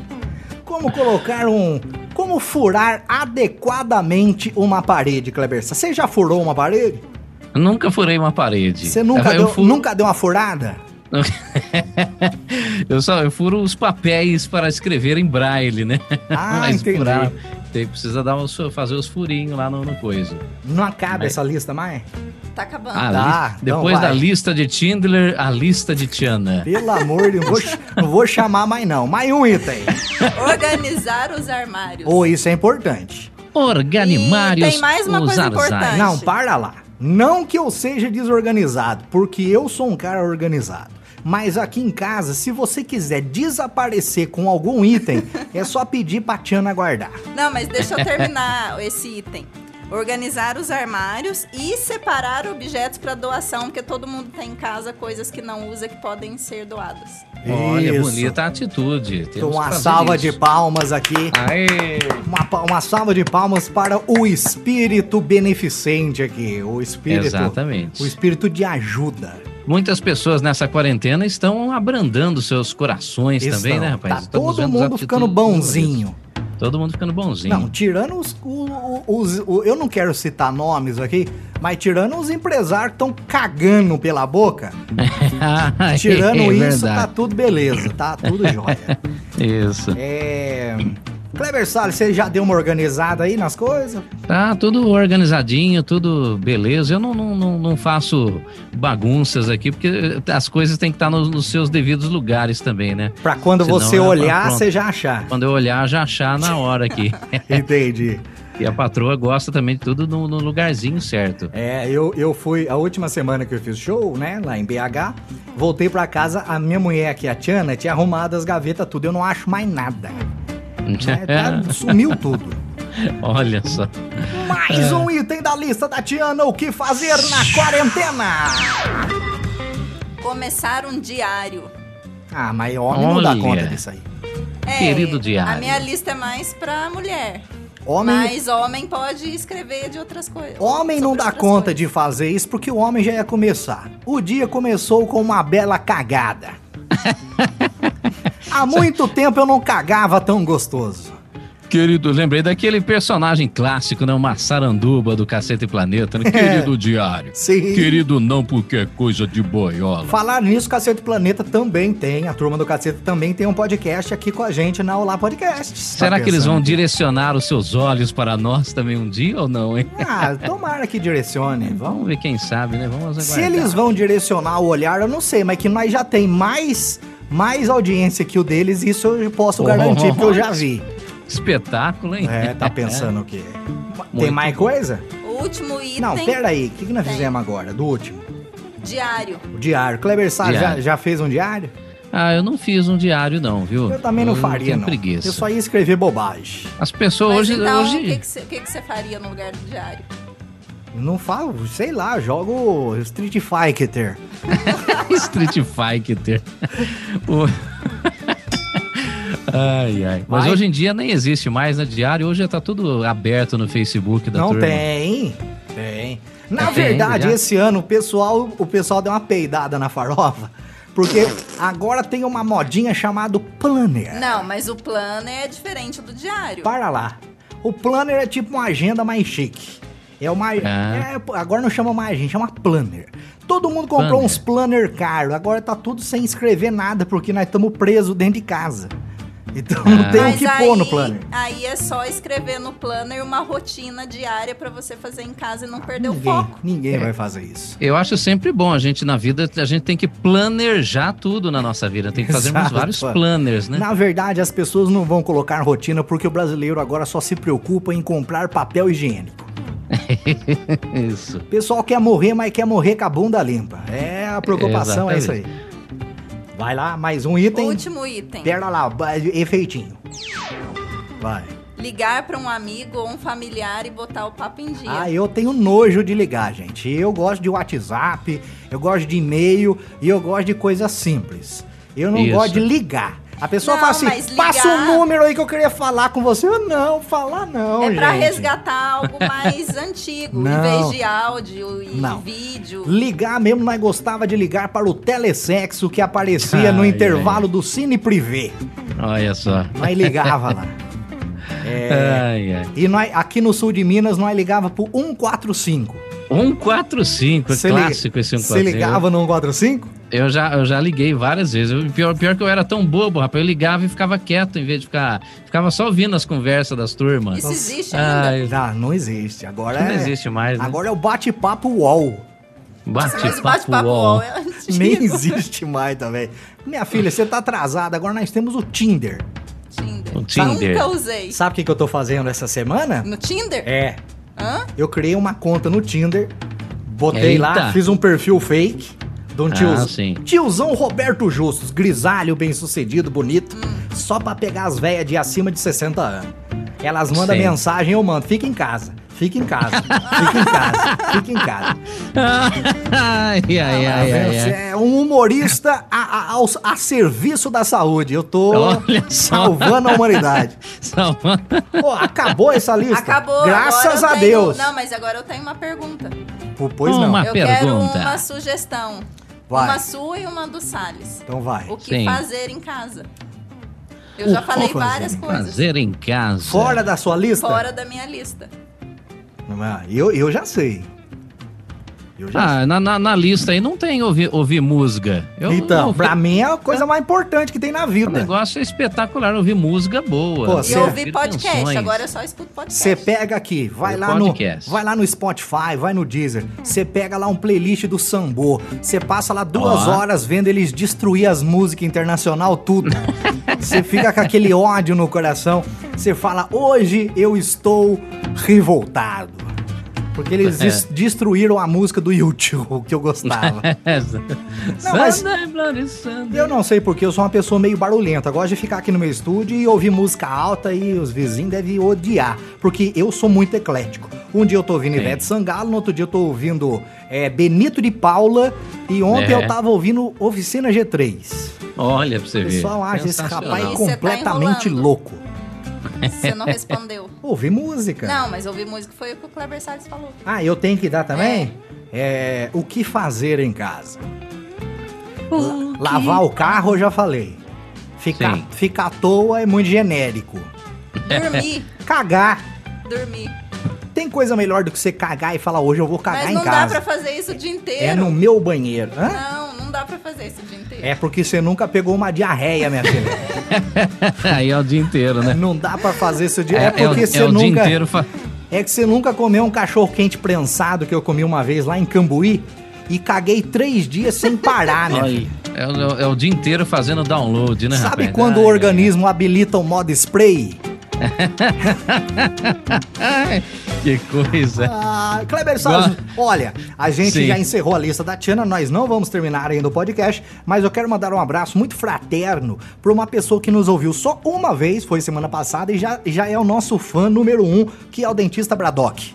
Speaker 1: Como colocar um. Como furar adequadamente uma parede, Kleber. Você já furou uma parede?
Speaker 4: Nunca furei uma parede.
Speaker 1: Você nunca,
Speaker 4: É, eu,
Speaker 1: deu,
Speaker 4: furo,
Speaker 1: nunca deu uma furada?
Speaker 4: eu só eu furo os papéis para escrever em braille, né?
Speaker 1: Ah, entendi.
Speaker 4: furar, tem, precisa dar uns- fazer os furinhos lá no, no coisa.
Speaker 1: Não
Speaker 4: Né?
Speaker 1: acaba essa lista mais?
Speaker 3: Tá acabando.
Speaker 4: Ah,
Speaker 1: Tá,
Speaker 4: li-
Speaker 1: então
Speaker 4: depois da
Speaker 1: vai.
Speaker 4: lista de Tindler, a lista de Tiana.
Speaker 1: Pelo amor de Deus, não vou chamar mais não. Mais um item.
Speaker 3: Organizar os armários.
Speaker 1: Ou isso é importante.
Speaker 4: Organimários.
Speaker 3: E tem mais uma
Speaker 4: os
Speaker 3: coisa
Speaker 4: arzais.
Speaker 3: importante.
Speaker 1: Não, para lá. Não que eu seja desorganizado, porque eu sou um cara organizado. Mas aqui em casa, se você quiser desaparecer com algum item, é só pedir pra Tiana guardar.
Speaker 3: Não, mas deixa eu terminar esse item. Organizar os armários e separar objetos para doação, porque todo mundo tem em casa coisas que não usa que podem ser doadas.
Speaker 4: Olha,
Speaker 1: Isso.
Speaker 4: bonita a atitude.
Speaker 1: Então,
Speaker 4: Temos que
Speaker 1: uma
Speaker 4: fazer
Speaker 1: salva
Speaker 4: isso.
Speaker 1: de palmas aqui.
Speaker 4: Aê!
Speaker 1: Uma, pa- uma salva de palmas para o espírito beneficente aqui. O espírito.
Speaker 4: Exatamente.
Speaker 1: O espírito de ajuda.
Speaker 4: Muitas pessoas nessa quarentena estão abrandando seus corações também,
Speaker 1: Estão-
Speaker 4: né, rapaz?
Speaker 1: Tá
Speaker 4: Estamos
Speaker 1: todo
Speaker 4: vendo
Speaker 1: mundo
Speaker 4: atitudes
Speaker 1: ficando bonzinho.
Speaker 4: bonitas. Todo mundo ficando bonzinho.
Speaker 1: Não, tirando os, o- o- os- o- Eu não quero citar nomes aqui, mas tirando os empresários que estão cagando pela boca,
Speaker 4: Ah,
Speaker 1: tirando
Speaker 4: é
Speaker 1: isso, tá
Speaker 4: verdade.
Speaker 1: tudo beleza, tá tudo jóia.
Speaker 4: Isso.
Speaker 1: É. Kleber Salles, você já deu uma organizada aí nas coisas?
Speaker 4: Tá tudo organizadinho, tudo beleza. Eu não, não, não, não faço bagunças aqui, porque as coisas têm que estar nos, nos seus devidos lugares também, né?
Speaker 1: Pra quando
Speaker 4: Senão
Speaker 1: você
Speaker 4: é uma
Speaker 1: olhar,
Speaker 4: pronta.
Speaker 1: você já achar.
Speaker 4: Quando eu olhar, já achar na hora aqui.
Speaker 1: Entendi.
Speaker 4: e a patroa gosta também de tudo no, no lugarzinho certo.
Speaker 1: É, eu, eu fui, a última semana que eu fiz show, né, lá em BH, voltei pra casa, a minha mulher aqui, a Tiana, tinha arrumado as gavetas, tudo, eu não acho mais nada. Né, tá- sumiu tudo.
Speaker 4: Olha só. É.
Speaker 1: Mais um item da lista da Tiana, o que fazer na quarentena?
Speaker 3: Começar um diário.
Speaker 1: Ah, mas homem não dá
Speaker 4: Olha.
Speaker 1: conta disso aí.
Speaker 3: É,
Speaker 4: Querido diário.
Speaker 3: A minha lista é mais pra mulher.
Speaker 1: Homem,
Speaker 3: Mas homem pode escrever de outras coisas.
Speaker 1: homem não
Speaker 3: sobre
Speaker 1: dá
Speaker 3: outras
Speaker 1: conta
Speaker 3: coisas.
Speaker 1: de fazer isso porque o homem já ia começar. O dia começou com uma bela cagada. Há muito tempo eu não cagava tão gostoso.
Speaker 4: Querido, lembrei daquele personagem clássico, né? O Massaranduba do Cacete Planeta, né? Querido diário.
Speaker 1: Sim.
Speaker 4: Querido não, porque é coisa de boiola.
Speaker 1: Falar nisso, Cacete Planeta também tem. A turma do Cacete também tem um podcast aqui com a gente na Olá Tá Podcast.
Speaker 4: Será que eles vão direcionar os seus olhos para nós também um dia ou não, hein?
Speaker 1: Ah, tomara que direcione. Vamos.
Speaker 4: Vamos ver quem sabe, né? Vamos aguardar.
Speaker 1: Se eles vão direcionar o olhar, eu não sei, mas que nós já tem mais, mais audiência que o deles, isso eu posso
Speaker 4: Oh.
Speaker 1: garantir, porque eu já vi.
Speaker 4: Espetáculo, hein?
Speaker 1: É, tá pensando o quê? Tem
Speaker 4: Muito
Speaker 1: mais
Speaker 4: bom.
Speaker 1: coisa?
Speaker 3: O último item,
Speaker 1: Não, peraí, o que, que nós
Speaker 3: Tem.
Speaker 1: fizemos agora, do último?
Speaker 3: diário.
Speaker 1: O diário. Kleber Sá já,
Speaker 4: Diário.
Speaker 1: já fez um diário?
Speaker 4: Ah, eu não fiz um diário, não, viu?
Speaker 1: Eu também não faria,
Speaker 4: Hum, tenho
Speaker 1: não.
Speaker 4: preguiça.
Speaker 1: Eu só ia escrever bobagem.
Speaker 4: As pessoas
Speaker 3: Mas
Speaker 4: hoje.
Speaker 3: então,
Speaker 4: hoje...
Speaker 3: o que que cê- o que você faria no lugar do diário?
Speaker 1: Não falo, sei lá, jogo Street Fighter.
Speaker 4: Street Fighter. O- ai, ai. Mas
Speaker 1: Vai.
Speaker 4: hoje em dia nem existe mais, né? Diário hoje já tá tudo aberto no Facebook da
Speaker 1: Não
Speaker 4: turma.
Speaker 1: tem. Tem. Na
Speaker 4: Tem, né?
Speaker 1: verdade,
Speaker 4: já.
Speaker 1: esse ano o pessoal, o pessoal deu uma peidada na farofa, porque agora tem uma modinha chamada planner.
Speaker 3: Não, mas o plano é diferente do diário.
Speaker 1: Para lá. O planner é tipo uma agenda mais chique. É uma.
Speaker 4: Ah.
Speaker 1: é, pô, agora não chama mais agenda, chama planner. Todo mundo comprou
Speaker 4: Planner.
Speaker 1: uns planner caro. Agora tá tudo sem escrever nada, porque nós estamos presos dentro de casa. Então não
Speaker 4: Ah.
Speaker 1: tem o
Speaker 3: Mas
Speaker 1: que
Speaker 3: aí,
Speaker 1: pôr no planner.
Speaker 3: aí é só escrever no planner uma rotina diária pra você fazer em casa e não perder o
Speaker 1: Ninguém,
Speaker 3: foco.
Speaker 4: É.
Speaker 1: ninguém vai fazer isso.
Speaker 4: Eu acho sempre bom, a gente na vida, a gente tem que planejar tudo na nossa vida. Tem que fazer
Speaker 1: Exato.
Speaker 4: vários planners, né?
Speaker 1: Na verdade, as pessoas não vão colocar rotina porque o brasileiro agora só se preocupa em comprar papel higiênico.
Speaker 4: Isso.
Speaker 1: O pessoal quer morrer, mas quer morrer com a bunda limpa. É, a preocupação é isso aí. Vai lá, mais um item.
Speaker 3: Último item.
Speaker 1: Pera lá, ba- efeitinho. Vai.
Speaker 3: ligar pra um amigo ou um familiar e botar o papo em dia.
Speaker 1: Ah, eu tenho nojo de ligar, gente. Eu gosto de WhatsApp, eu gosto de e-mail e eu gosto de coisa simples. Eu não
Speaker 4: Isso.
Speaker 1: gosto de ligar. A pessoa
Speaker 3: Não,
Speaker 1: fala assim,
Speaker 3: mas
Speaker 1: passa
Speaker 3: ligar-
Speaker 1: um número aí que eu queria falar com você. Eu não, falar não,
Speaker 3: é pra
Speaker 1: gente.
Speaker 3: resgatar algo mais antigo,
Speaker 1: Não.
Speaker 3: em vez de áudio e
Speaker 1: Não.
Speaker 3: vídeo.
Speaker 1: Ligar mesmo, nós gostava de ligar para o telesexo que aparecia no
Speaker 4: Ai,
Speaker 1: intervalo do Cine Privé.
Speaker 4: Olha só.
Speaker 1: Nós ligava lá. É,
Speaker 4: Ai, ai.
Speaker 1: E nós, aqui no sul de Minas, nós ligava pro 145.
Speaker 4: 145, é
Speaker 1: Você
Speaker 4: Um clássico esse 145.
Speaker 1: Você ligava no 145?
Speaker 4: Eu já, eu já liguei várias vezes. Eu- pior, pior que eu era tão bobo, rapaz. Eu ligava e ficava quieto em vez de ficar. Ficava só ouvindo as conversas das turmas.
Speaker 3: Isso existe ainda.
Speaker 4: Ai,
Speaker 1: Ah, não existe. Agora
Speaker 4: não
Speaker 1: é.
Speaker 4: existe mais, né?
Speaker 1: Agora é o bate-papo UOL.
Speaker 3: Nossa, mas o
Speaker 4: Bate-papo
Speaker 3: bate-papo
Speaker 4: UOL.
Speaker 3: UOL é antigo.
Speaker 1: Nem existe mais também. Minha filha, você tá atrasada. Agora nós temos o Tinder. Tá um-
Speaker 3: Tinder.
Speaker 4: O Tinder. Hum.
Speaker 3: Nunca usei.
Speaker 1: Sabe o que, que eu tô fazendo essa semana?
Speaker 3: No Tinder?
Speaker 1: É.
Speaker 3: Hã?
Speaker 1: Eu criei uma conta no Tinder, botei
Speaker 4: Eita.
Speaker 1: lá, fiz um perfil fake. De um
Speaker 4: Ah,
Speaker 1: tiozão.
Speaker 4: sim.
Speaker 1: Tiozão Roberto Justus, grisalho, bem sucedido, bonito. Só pra pegar as velhas de acima de 60 anos. Elas mandam
Speaker 4: Sim.
Speaker 1: mensagem, eu mando. Fica em casa. Fica em casa. fica em casa. Fica em casa.
Speaker 4: ai, ai, ai, ai,
Speaker 1: Ah, Você
Speaker 4: ai.
Speaker 1: é um humorista a, a- ao- a serviço da saúde. Eu tô
Speaker 4: Olha só.
Speaker 1: salvando a humanidade.
Speaker 4: Salva-
Speaker 1: Pô, acabou essa lista?
Speaker 3: Acabou.
Speaker 1: Graças
Speaker 3: agora eu
Speaker 1: a
Speaker 3: tenho-
Speaker 1: Deus.
Speaker 3: Não, mas agora eu tenho uma pergunta.
Speaker 1: Pô, Pois não.
Speaker 4: Uma
Speaker 3: eu quero
Speaker 4: pergunta.
Speaker 3: uma sugestão.
Speaker 1: Vai.
Speaker 3: Uma sua e uma do Salles.
Speaker 1: Então vai.
Speaker 3: O que
Speaker 4: Sim.
Speaker 3: fazer em casa? Eu
Speaker 1: O
Speaker 3: já
Speaker 1: que
Speaker 3: falei
Speaker 1: fazer
Speaker 3: várias
Speaker 1: em
Speaker 3: coisas.
Speaker 4: Fazer em casa.
Speaker 1: Fora da sua lista? Tá
Speaker 3: Fora da minha lista.
Speaker 1: Ah, Eu, eu já sei. Eu já
Speaker 4: Ah, na, na, na lista aí não tem ouvir, ouvir música. Eu,
Speaker 1: sei. Então,
Speaker 4: eu-
Speaker 1: pra mim é a coisa mais importante que tem na
Speaker 4: O
Speaker 1: vida.
Speaker 4: negócio é espetacular, ouvir música boa.
Speaker 1: Pô,
Speaker 3: E
Speaker 1: Você- é
Speaker 3: eu ouvi podcast,
Speaker 4: canções.
Speaker 3: agora eu só escuto podcast.
Speaker 1: Você pega aqui, vai
Speaker 4: O
Speaker 1: lá, no,
Speaker 4: podcast.
Speaker 1: vai lá no Spotify, vai no Deezer, você pega lá um playlist do Sambô, você passa lá duas
Speaker 4: Ó.
Speaker 1: horas vendo eles destruir as músicas internacional tudo. Você fica com aquele ódio no coração, você fala, hoje eu estou revoltado. Porque eles
Speaker 4: É.
Speaker 1: des- destruíram a música do YouTube, que eu gostava. Não, mas-
Speaker 4: Sunday, Bloody Sunday.
Speaker 1: Eu não sei porque eu sou uma pessoa meio barulhenta. Eu Gosto de ficar aqui no meu estúdio e ouvir música alta e os vizinhos devem odiar. Porque eu sou muito eclético. Um dia eu tô ouvindo
Speaker 4: Sim.
Speaker 1: Ivete Sangalo, no outro dia eu tô ouvindo é, Benito de Paula e ontem
Speaker 4: É.
Speaker 1: eu tava ouvindo Oficina G3.
Speaker 4: Olha pra você
Speaker 1: O
Speaker 4: ver.
Speaker 1: pessoal acha esse
Speaker 4: Sensacional.
Speaker 1: rapaz
Speaker 3: E você tá
Speaker 1: completamente
Speaker 3: enrolando.
Speaker 1: louco.
Speaker 3: Você não respondeu.
Speaker 1: Ouvir música.
Speaker 3: Não, mas ouvir música foi o que o Kleber Salles falou.
Speaker 1: Ah, eu tenho que dar também? É, o que fazer em casa? La- Lavar o carro, eu já falei. Ficar,
Speaker 4: Sim.
Speaker 1: ficar à toa é muito genérico.
Speaker 3: Dormir,
Speaker 1: Cagar.
Speaker 3: dormir.
Speaker 1: Tem coisa melhor do que você cagar e falar hoje eu vou cagar
Speaker 3: mas
Speaker 1: em
Speaker 3: não dá
Speaker 1: casa.
Speaker 3: pra fazer isso o dia inteiro.
Speaker 1: É no meu banheiro. Hã?
Speaker 3: Não, não dá pra fazer isso o dia inteiro.
Speaker 1: É porque você nunca pegou uma diarreia, minha filha.
Speaker 4: Aí é o dia inteiro, né?
Speaker 1: não dá pra fazer isso de. É,
Speaker 4: o-
Speaker 1: porque você
Speaker 4: é o dia
Speaker 1: nunca.
Speaker 4: inteiro. fa-
Speaker 1: É que você nunca comeu um cachorro quente prensado que eu comi uma vez lá em Cambuí e caguei três dias sem parar, minha
Speaker 4: Olha,
Speaker 1: filha.
Speaker 4: É, o- é o dia inteiro fazendo download, né,
Speaker 1: Sabe
Speaker 4: rapaz?
Speaker 1: quando o
Speaker 4: Ai,
Speaker 1: organismo habilita o modo spray?
Speaker 4: ai, que coisa.
Speaker 1: Ah, Kleber Salles, olha, a gente
Speaker 4: Sim.
Speaker 1: já encerrou a lista da Tiana, nós não vamos terminar ainda o podcast, mas eu quero mandar um abraço muito fraterno para uma pessoa que nos ouviu só uma vez, foi semana passada, e já, já é o nosso fã número um, que é o dentista Braddock.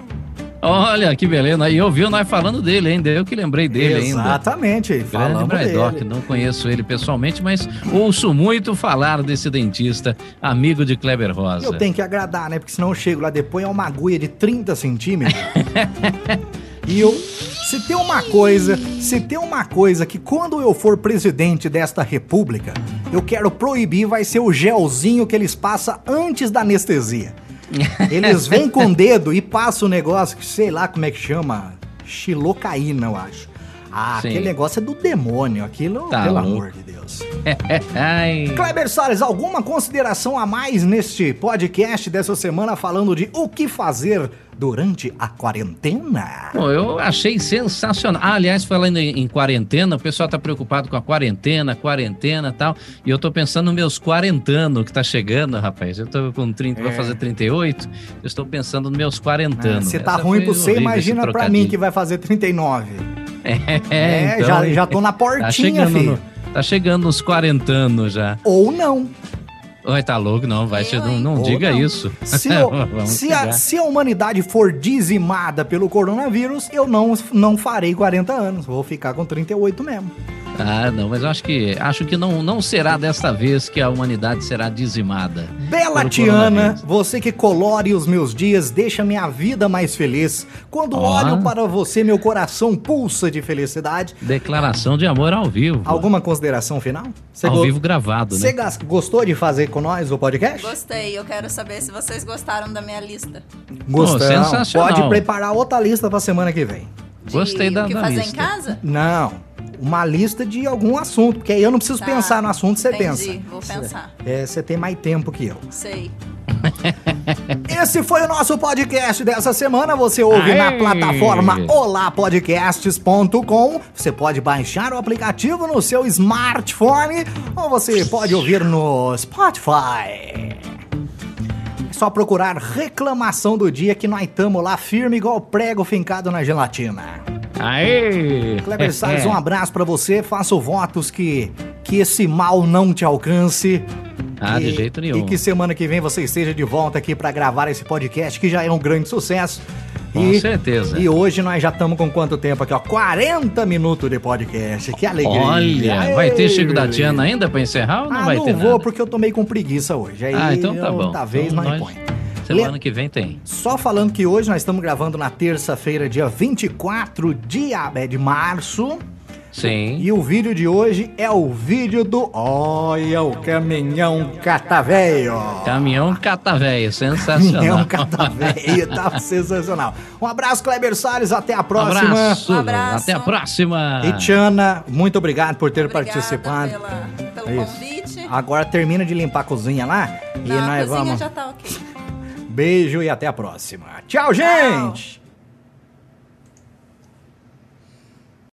Speaker 4: Olha, que beleza. E ouviu nós falando dele ainda. Eu que lembrei dele ainda.
Speaker 1: Exatamente,
Speaker 4: Grande
Speaker 1: falamos
Speaker 4: Braidoc,
Speaker 1: dele.
Speaker 4: não conheço ele pessoalmente, mas ouço muito falar desse dentista, amigo de Kleber Rosa.
Speaker 1: Eu tenho que agradar, né? Porque senão eu chego lá depois, é uma agulha de 30 centímetros. e eu. Se tem uma coisa, se tem uma coisa que quando eu for presidente desta república, eu quero proibir, vai ser o gelzinho que eles passam antes da anestesia. Eles vêm com o dedo e passam o negócio que sei lá como é que chama. Xilocaína, eu acho. Ah,
Speaker 4: Sim.
Speaker 1: aquele negócio é do demônio, aquilo,
Speaker 4: Tá
Speaker 1: pelo
Speaker 4: louco.
Speaker 1: amor de Deus.
Speaker 4: Ai.
Speaker 1: Kleber Salles, alguma consideração a mais neste podcast dessa semana falando de o que fazer durante a quarentena?
Speaker 4: Bom, eu achei sensacional. Ah, aliás, falando em, em quarentena, o pessoal tá preocupado com a quarentena, quarentena e tal. E eu tô pensando nos meus quarentanos que tá chegando, rapaz. Eu tô com 30,
Speaker 1: É.
Speaker 4: vou fazer 38. Eu estou pensando nos meus quarentanos.
Speaker 1: Se tá
Speaker 4: Essa
Speaker 1: ruim
Speaker 4: foi
Speaker 1: pro você,
Speaker 4: horrível
Speaker 1: imagina
Speaker 4: esse
Speaker 1: pra mim que
Speaker 4: trocadilho.
Speaker 1: vai fazer 39.
Speaker 4: É, então,
Speaker 1: já, já tô na
Speaker 4: tá
Speaker 1: portinha,
Speaker 4: chegando,
Speaker 1: filho.
Speaker 4: no- tá chegando nos quarentanos já.
Speaker 1: Ou não.
Speaker 4: Oi, tá louco? Não, vai,
Speaker 3: Eu,
Speaker 4: você não,
Speaker 3: hein?
Speaker 4: não
Speaker 1: Ou
Speaker 4: diga
Speaker 1: não.
Speaker 4: isso.
Speaker 1: Se, o-
Speaker 4: Vamos
Speaker 1: se a,
Speaker 4: pegar.
Speaker 1: se a humanidade for dizimada pelo coronavírus, eu não, não farei 40 anos. Vou ficar com 38 mesmo.
Speaker 4: Ah, não, mas eu acho que acho que não, não será desta vez que a humanidade será dizimada.
Speaker 1: Bela
Speaker 4: Pelo
Speaker 1: Tiana,
Speaker 4: coronavírus.
Speaker 1: você que colore os meus dias, deixa minha vida mais feliz. Quando
Speaker 4: Ó.
Speaker 1: olho para você, meu coração pulsa de felicidade.
Speaker 4: Declaração de amor ao vivo.
Speaker 1: Alguma consideração final? Você
Speaker 4: ao
Speaker 1: go-
Speaker 4: vivo gravado,
Speaker 1: você
Speaker 4: né?
Speaker 1: gas- gostou de fazer com nós o podcast?
Speaker 3: Gostei, eu quero saber se vocês gostaram da minha lista.
Speaker 1: Gostamos.
Speaker 4: sensacional.
Speaker 1: Pode preparar outra lista pra semana que vem.
Speaker 3: de
Speaker 4: Gostei da,
Speaker 3: o que
Speaker 4: da
Speaker 3: fazer em
Speaker 4: lista.
Speaker 3: casa?
Speaker 1: Não, uma lista de algum assunto, porque aí eu não preciso
Speaker 3: Tá,
Speaker 1: pensar no assunto, você
Speaker 3: Entendi,
Speaker 1: pensa.
Speaker 3: vou pensar.
Speaker 1: É, você tem mais tempo que eu.
Speaker 3: Sei.
Speaker 1: Esse foi o nosso podcast dessa semana. Você ouve
Speaker 6: Aê!
Speaker 1: na plataforma olapodcasts.com. Você pode baixar o aplicativo no seu smartphone ou você pode ouvir no Spotify. É só procurar reclamação do dia que nós tamo lá firme igual prego fincado na gelatina.
Speaker 2: Aê!
Speaker 4: É,
Speaker 1: Kleber Salles, um abraço pra você. Faço votos que, que esse mal não te alcance.
Speaker 4: Ah, de
Speaker 1: E-
Speaker 4: jeito nenhum.
Speaker 1: E que semana que vem você esteja de volta aqui pra gravar esse podcast, que já é um grande sucesso.
Speaker 4: Com
Speaker 1: e,
Speaker 4: certeza.
Speaker 1: e hoje nós já estamos com quanto tempo aqui, ó? 40 minutos de podcast. Que alegria.
Speaker 4: Olha,
Speaker 1: Aê!
Speaker 4: vai ter Chico da Tiana ainda pra encerrar ou não
Speaker 1: ah,
Speaker 4: vai
Speaker 1: não
Speaker 4: ter
Speaker 1: vou
Speaker 4: nada?
Speaker 1: porque eu tô meio com preguiça hoje. Aí
Speaker 4: Ah, então tá
Speaker 1: eu,
Speaker 4: bom.
Speaker 1: Talvez
Speaker 4: Então
Speaker 1: nós
Speaker 4: nós-
Speaker 1: põe.
Speaker 4: Semana que vem tem.
Speaker 1: Só falando que hoje nós estamos gravando na terça-feira, dia 24 de, é, de março.
Speaker 4: Sim.
Speaker 1: E o vídeo de hoje é o vídeo do Olha o caminhão cataveio.
Speaker 4: Caminhão catavéio,
Speaker 1: Caminhão
Speaker 4: sensacional.
Speaker 1: cataveio, um tá sensacional. Um abraço, Kleber Salles, até a
Speaker 4: Um
Speaker 1: próxima.
Speaker 4: abraço. Ah.
Speaker 3: Um abraço.
Speaker 4: Até a próxima.
Speaker 1: E Tiana, muito obrigado por ter
Speaker 3: Obrigada
Speaker 1: participado. É
Speaker 3: pela- pelo
Speaker 1: Isso.
Speaker 3: convite.
Speaker 1: Agora termina de limpar a cozinha lá e
Speaker 3: Não, a
Speaker 1: nós
Speaker 3: cozinha
Speaker 1: vamos.
Speaker 3: já tá ok.
Speaker 1: Beijo e até a próxima. Tchau, gente!